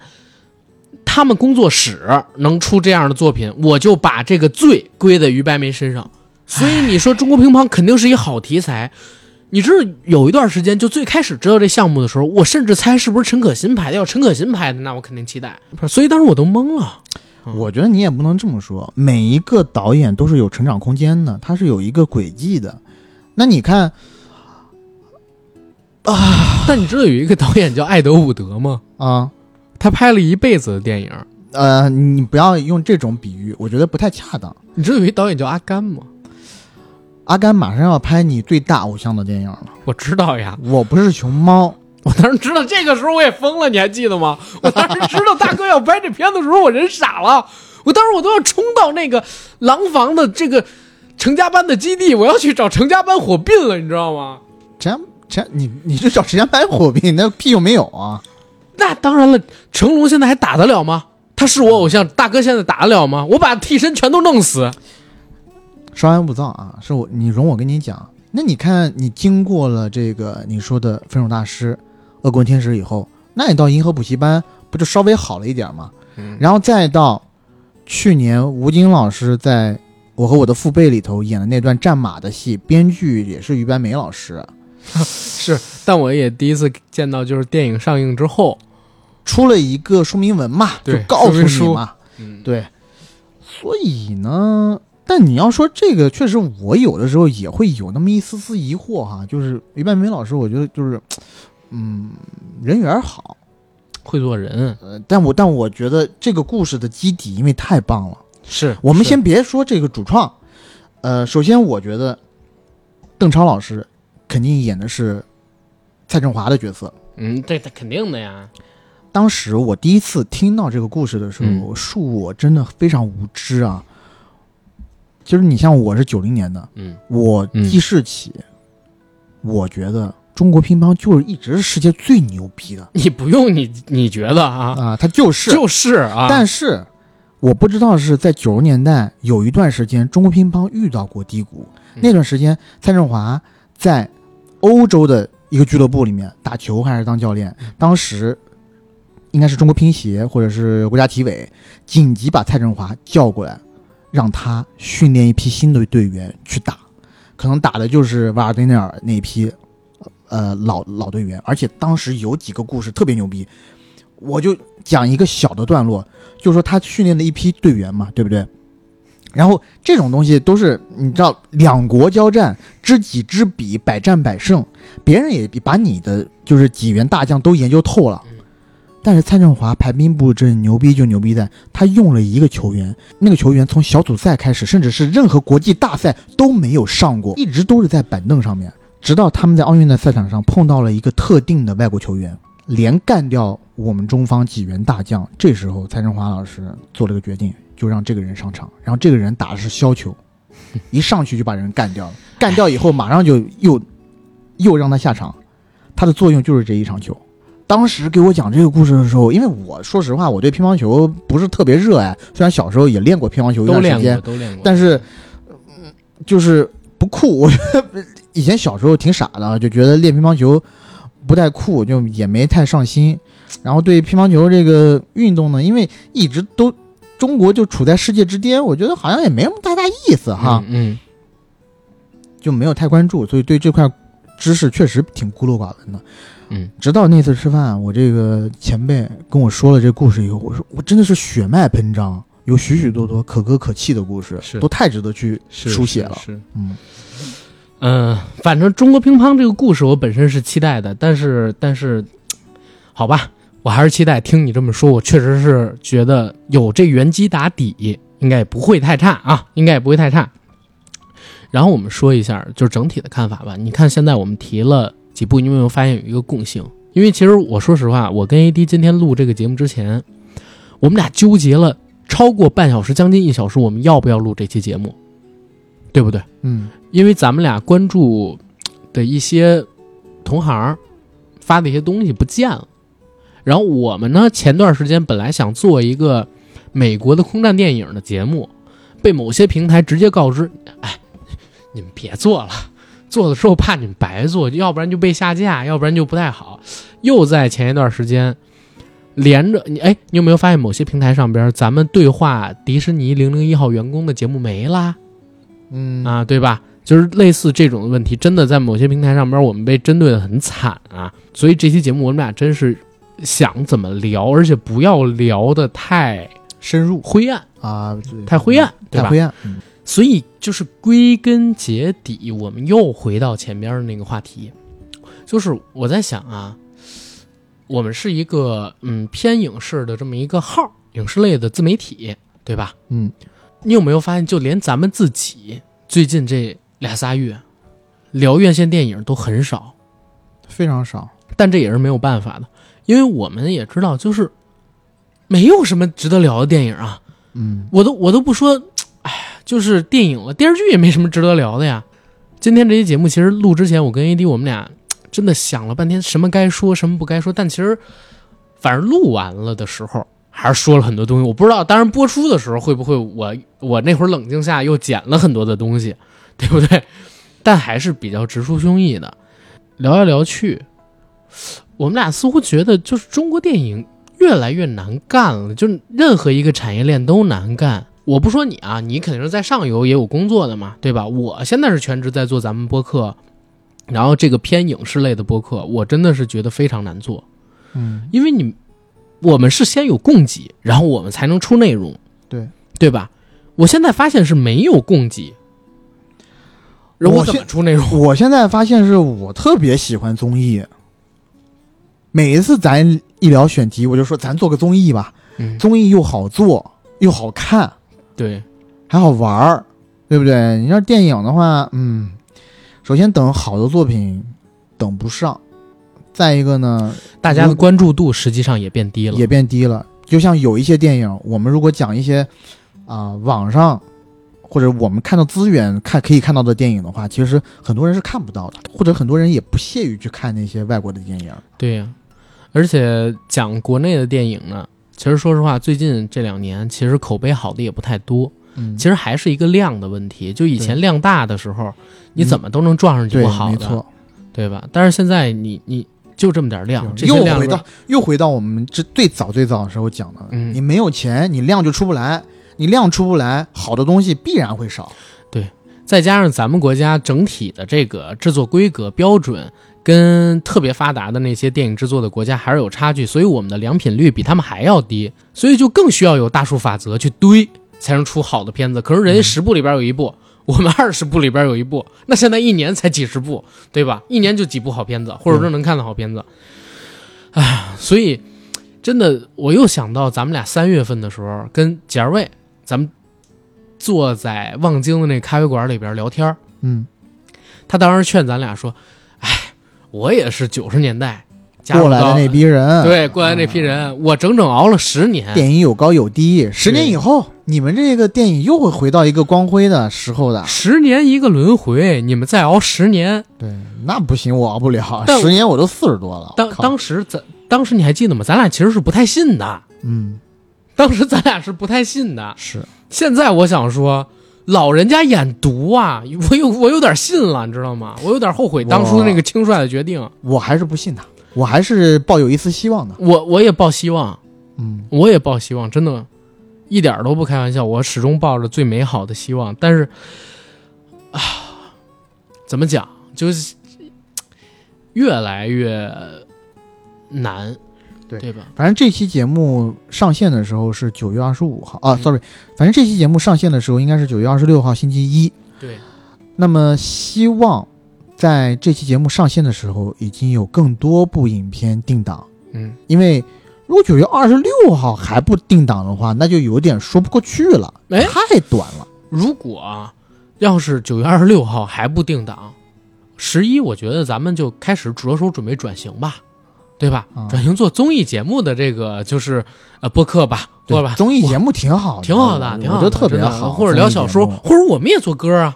他们工作室能出这样的作品，我就把这个罪归在于白眉身上。所以你说中国乒乓肯定是一好题材，你知道有一段时间，就最开始知道这项目的时候，我甚至猜是不是陈可辛拍的。要陈可辛拍的，那我肯定期待。所以当时我都懵了。我觉得你也不能这么说，每一个导演都是有成长空间的，他是有一个轨迹的。那你看但你知道有一个导演叫艾德伍德吗？啊、他拍了一辈子的电影。呃，你不要用这种比喻，我觉得不太恰当。你知道有一导演叫阿甘吗？阿甘马上要拍你最大偶像的电影了，我知道呀，我不是熊猫，我当时知道这个时候我也疯了，你还记得吗？ 我当时知道大哥要拍这片子的时候，我人傻了。我当时我都要冲到那个廊坊的这个成家班的基地，我要去找成家班火并了，你知道吗？陈陈，你你就找陈家班火并，那屁用没有啊？那当然了，成龙现在还打得了吗？他是我偶像，大哥现在打得了吗？我把替身全都弄死。稍安勿躁啊，是我你容我跟你讲，那你看你经过了这个你说的分手大师、恶棍天使以后，那你到银河补习班不就稍微好了一点吗？嗯然后再到去年吴京老师在《我和我的父辈》里头演的那段战马的戏，编剧也是于白梅老师。是，但我也第一次见到，就是电影上映之后，出了一个说明文嘛，就对告诉说你明嘛，嗯，对。所以呢，但你要说这个，确实我有的时候也会有那么一丝丝疑惑哈，就是于半梅老师，我觉得就是，嗯，人缘儿好，会做人呃，但我但我觉得这个故事的基底，因为太棒了。是我们先别说这个主创，呃，首先我觉得邓超老师肯定演的是蔡振华的角色，嗯，这这肯定的呀。当时我第一次听到这个故事的时候，嗯恕我真的非常无知啊。就是你像我是九零年的，嗯，我记事起，我觉得中国乒乓就是一直是世界最牛逼的你不用你你觉得啊，啊，它就是。就是啊，但是我不知道是在九十年代有一段时间，中国乒乓遇到过低谷，嗯那段时间蔡振华在欧洲的一个俱乐部里面打球还是当教练，当时应该是中国乒协或者是国家体委紧急把蔡振华叫过来，让他训练一批新的队员去打，可能打的就是瓦尔登内尔那一批，呃老老队员，而且当时有几个故事特别牛逼，我就讲一个小的段落，就是说他训练的一批队员嘛，对不对？然后这种东西都是你知道，两国交战，知己知彼，百战百胜。别人也把你的就是几员大将都研究透了，但是蔡振华排兵布阵，牛逼就牛逼在他用了一个球员，那个球员从小组赛开始，甚至是任何国际大赛都没有上过，一直都是在板凳上面。直到他们在奥运的赛场上碰到了一个特定的外国球员，连干掉我们中方几员大将。这时候，蔡振华老师做了个决定，就让这个人上场。然后这个人打的是削球，一上去就把人干掉了。干掉以后，马上就又又让他下场。他的作用就是这一场球。当时给我讲这个故事的时候，因为我说实话，我对乒乓球不是特别热爱，虽然小时候也练过乒乓球一都段练时过，间，都练过，但是、嗯、就是不酷。我觉得以前小时候挺傻的，啊就觉得练乒乓球不太酷，就也没太上心。然后对乒乓球这个运动呢，因为一直都中国就处在世界之巅，我觉得好像也没什么太大意思哈。啊嗯，就没有太关注，所以对这块知识确实挺孤陋寡闻的。嗯，直到那次吃饭，我这个前辈跟我说了这故事以后，我说我真的是血脉喷张，有许许多多可歌可泣的故事，是都太值得去书写了。是，嗯，嗯、反正中国乒乓这个故事我本身是期待的，但是但是，好吧，我还是期待听你这么说，我确实是觉得有这原机打底，应该也不会太差啊，应该也不会太差。然后我们说一下就是整体的看法吧。你看现在我们提了几部，你有没有发现有一个共性？因为其实我说实话，我跟 AD 今天录这个节目之前，我们俩纠结了超过半小时，将近一小时，我们要不要录这期节目，对不对？嗯，因为咱们俩关注的一些同行儿发的一些东西不见了。然后我们呢，前段时间本来想做一个美国的空战电影的节目，被某些平台直接告知，哎，你们别做了，做的时候怕你们白做，要不然就被下架，要不然就不太好。又在前一段时间连着你，哎，你有没有发现某些平台上边儿咱们对话迪士尼零零一号员工的节目没啦？嗯啊，对吧？就是类似这种问题，真的在某些平台上边，我们被针对的很惨啊。所以这期节目我们俩真是想怎么聊，而且不要聊的太深入灰暗，啊，太灰暗，对太吧？灰暗。嗯所以就是归根结底，我们又回到前边的那个话题，就是我在想啊，我们是一个嗯偏影视的这么一个号儿，影视类的自媒体，对吧？嗯，你有没有发现，就连咱们自己最近这俩仨月聊院线电影都很少，非常少。但这也是没有办法的，因为我们也知道，就是没有什么值得聊的电影啊。嗯，我都我都不说，哎，就是电影了，电视剧也没什么值得聊的呀。今天这期节目其实录之前，我跟 AD 我们俩真的想了半天，什么该说，什么不该说。但其实，反正录完了的时候，还是说了很多东西。我不知道，当然播出的时候会不会我我那会儿冷静下又剪了很多的东西，对不对？但还是比较直抒胸臆的，聊来聊去，我们俩似乎觉得就是中国电影越来越难干了，就是任何一个产业链都难干。我不说你啊，你肯定是在上游也有工作的嘛，对吧？我现在是全职在做咱们播客，然后这个偏影视类的播客，我真的是觉得非常难做，嗯，因为你我们是先有供给，然后我们才能出内容，对对吧？我现在发现是没有供给，然后我我怎么现出内容？我现在发现是我特别喜欢综艺。每一次咱一聊选题，我就说咱做个综艺吧，嗯，综艺又好做又好看，对，还好玩儿，对不对？你要是电影的话，嗯，首先等好的作品等不上，再一个呢大家的关注度实际上也变低了，也变低了。就像有一些电影，我们如果讲一些啊、网上或者我们看到资源看可以看到的电影的话，其实很多人是看不到的，或者很多人也不屑于去看那些外国的电影。对呀、而且讲国内的电影呢，其实说实话，最近这两年其实口碑好的也不太多，嗯，其实还是一个量的问题。就以前对量大的时候，你怎么都能撞上几对部，好没的，错，对吧？但是现在你你就这么点量，这些又量回到又回到我们这最早最早的时候讲的，嗯你没有钱，你量就出不来，你量出不来，好的东西必然会少。再加上咱们国家整体的这个制作规格标准跟特别发达的那些电影制作的国家还是有差距，所以我们的良品率比他们还要低，所以就更需要有大数法则去堆，才能出好的片子。可是人家十部里边有一部， 我们二十部里边有一部，那现在一年才几十部，对吧？一年就几部好片子，或者说能看到好片子。哎、所以真的，我又想到咱们俩三月份的时候跟杰儿卫，咱们坐在望京的那咖啡馆里边聊天儿，嗯，他当时劝咱俩说：“哎，我也是九十年代加入过来到的那批人，嗯对过来那批人，我整整熬了十年。电影有高有低，十年以后，你们这个电影又会回到一个光辉的时候的。十年一个轮回，你们再熬十年。对，那不行，我熬不了，但十年我都四十多了。当我靠当时咱当时你还记得吗？咱俩其实是不太信的，嗯当时咱俩是不太信的。是现在我想说，老人家眼毒啊，我有我有点信了，你知道吗？我有点后悔当初那个轻率的决定，我还是不信他，我还是抱有一丝希望的。我我也抱希望，嗯，我也抱希望，真的，一点儿都不开玩笑，我始终抱着最美好的希望。但是，啊，怎么讲，就是越来越难，对对吧？反正这期节目上线的时候是九月二十五号啊、s 嗯 o r r y 反正这期节目上线的时候应该是九月二十六号星期一。对，那么希望在这期节目上线的时候，已经有更多部影片定档，嗯，因为如果九月二十六号还不定档的话，那就有点说不过去了，哎太短了。如果啊，要是九月二十六号还不定档，十一，我觉得咱们就开始着手准备转型吧，对吧？啊转型做综艺节目的这个就是呃播客吧，对吧？综艺节目挺好的，挺好的，挺我好觉的，得特别真的好。或者聊小说，综艺节目或者我们也做歌啊，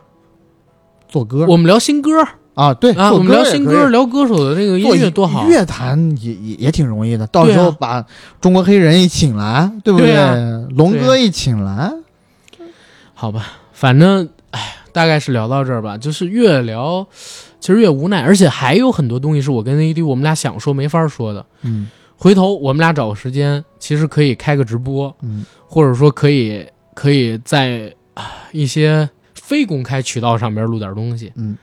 做歌，我们聊新歌啊，对，啊，做我们聊也新可以歌，聊歌手的那个做音乐多好。乐坛也也也挺容易的，到对啊时候把中国黑人一请来，对不对啊龙对啊哥一请来，好吧，反正哎，大概是聊到这儿吧，就是越聊其实越无奈，而且还有很多东西是我跟 AD 我们俩想说没法说的。嗯回头我们俩找个时间，其实可以开个直播，嗯，或者说可以可以在啊一些非公开渠道上边录点东西。嗯，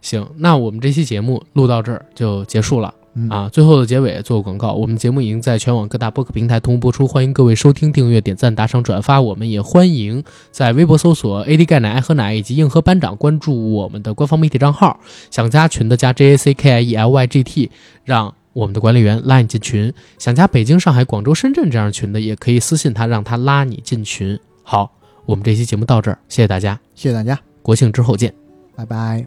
行，那我们这期节目录到这儿就结束了。嗯啊，最后的结尾做个广告，我们节目已经在全网各大播客平台同步播出，欢迎各位收听、订阅、点赞、打赏、转发。我们也欢迎在微博搜索 “AD 钙奶爱喝奶”以及“硬核班长”，关注我们的官方媒体账号。想加群的加 J A C K I E L Y G T，让我们的管理员拉你进群。想加北京、上海、广州、深圳这样的群的，也可以私信他，让他拉你进群。好，我们这期节目到这儿，谢谢大家，谢谢大家，国庆之后见。拜拜。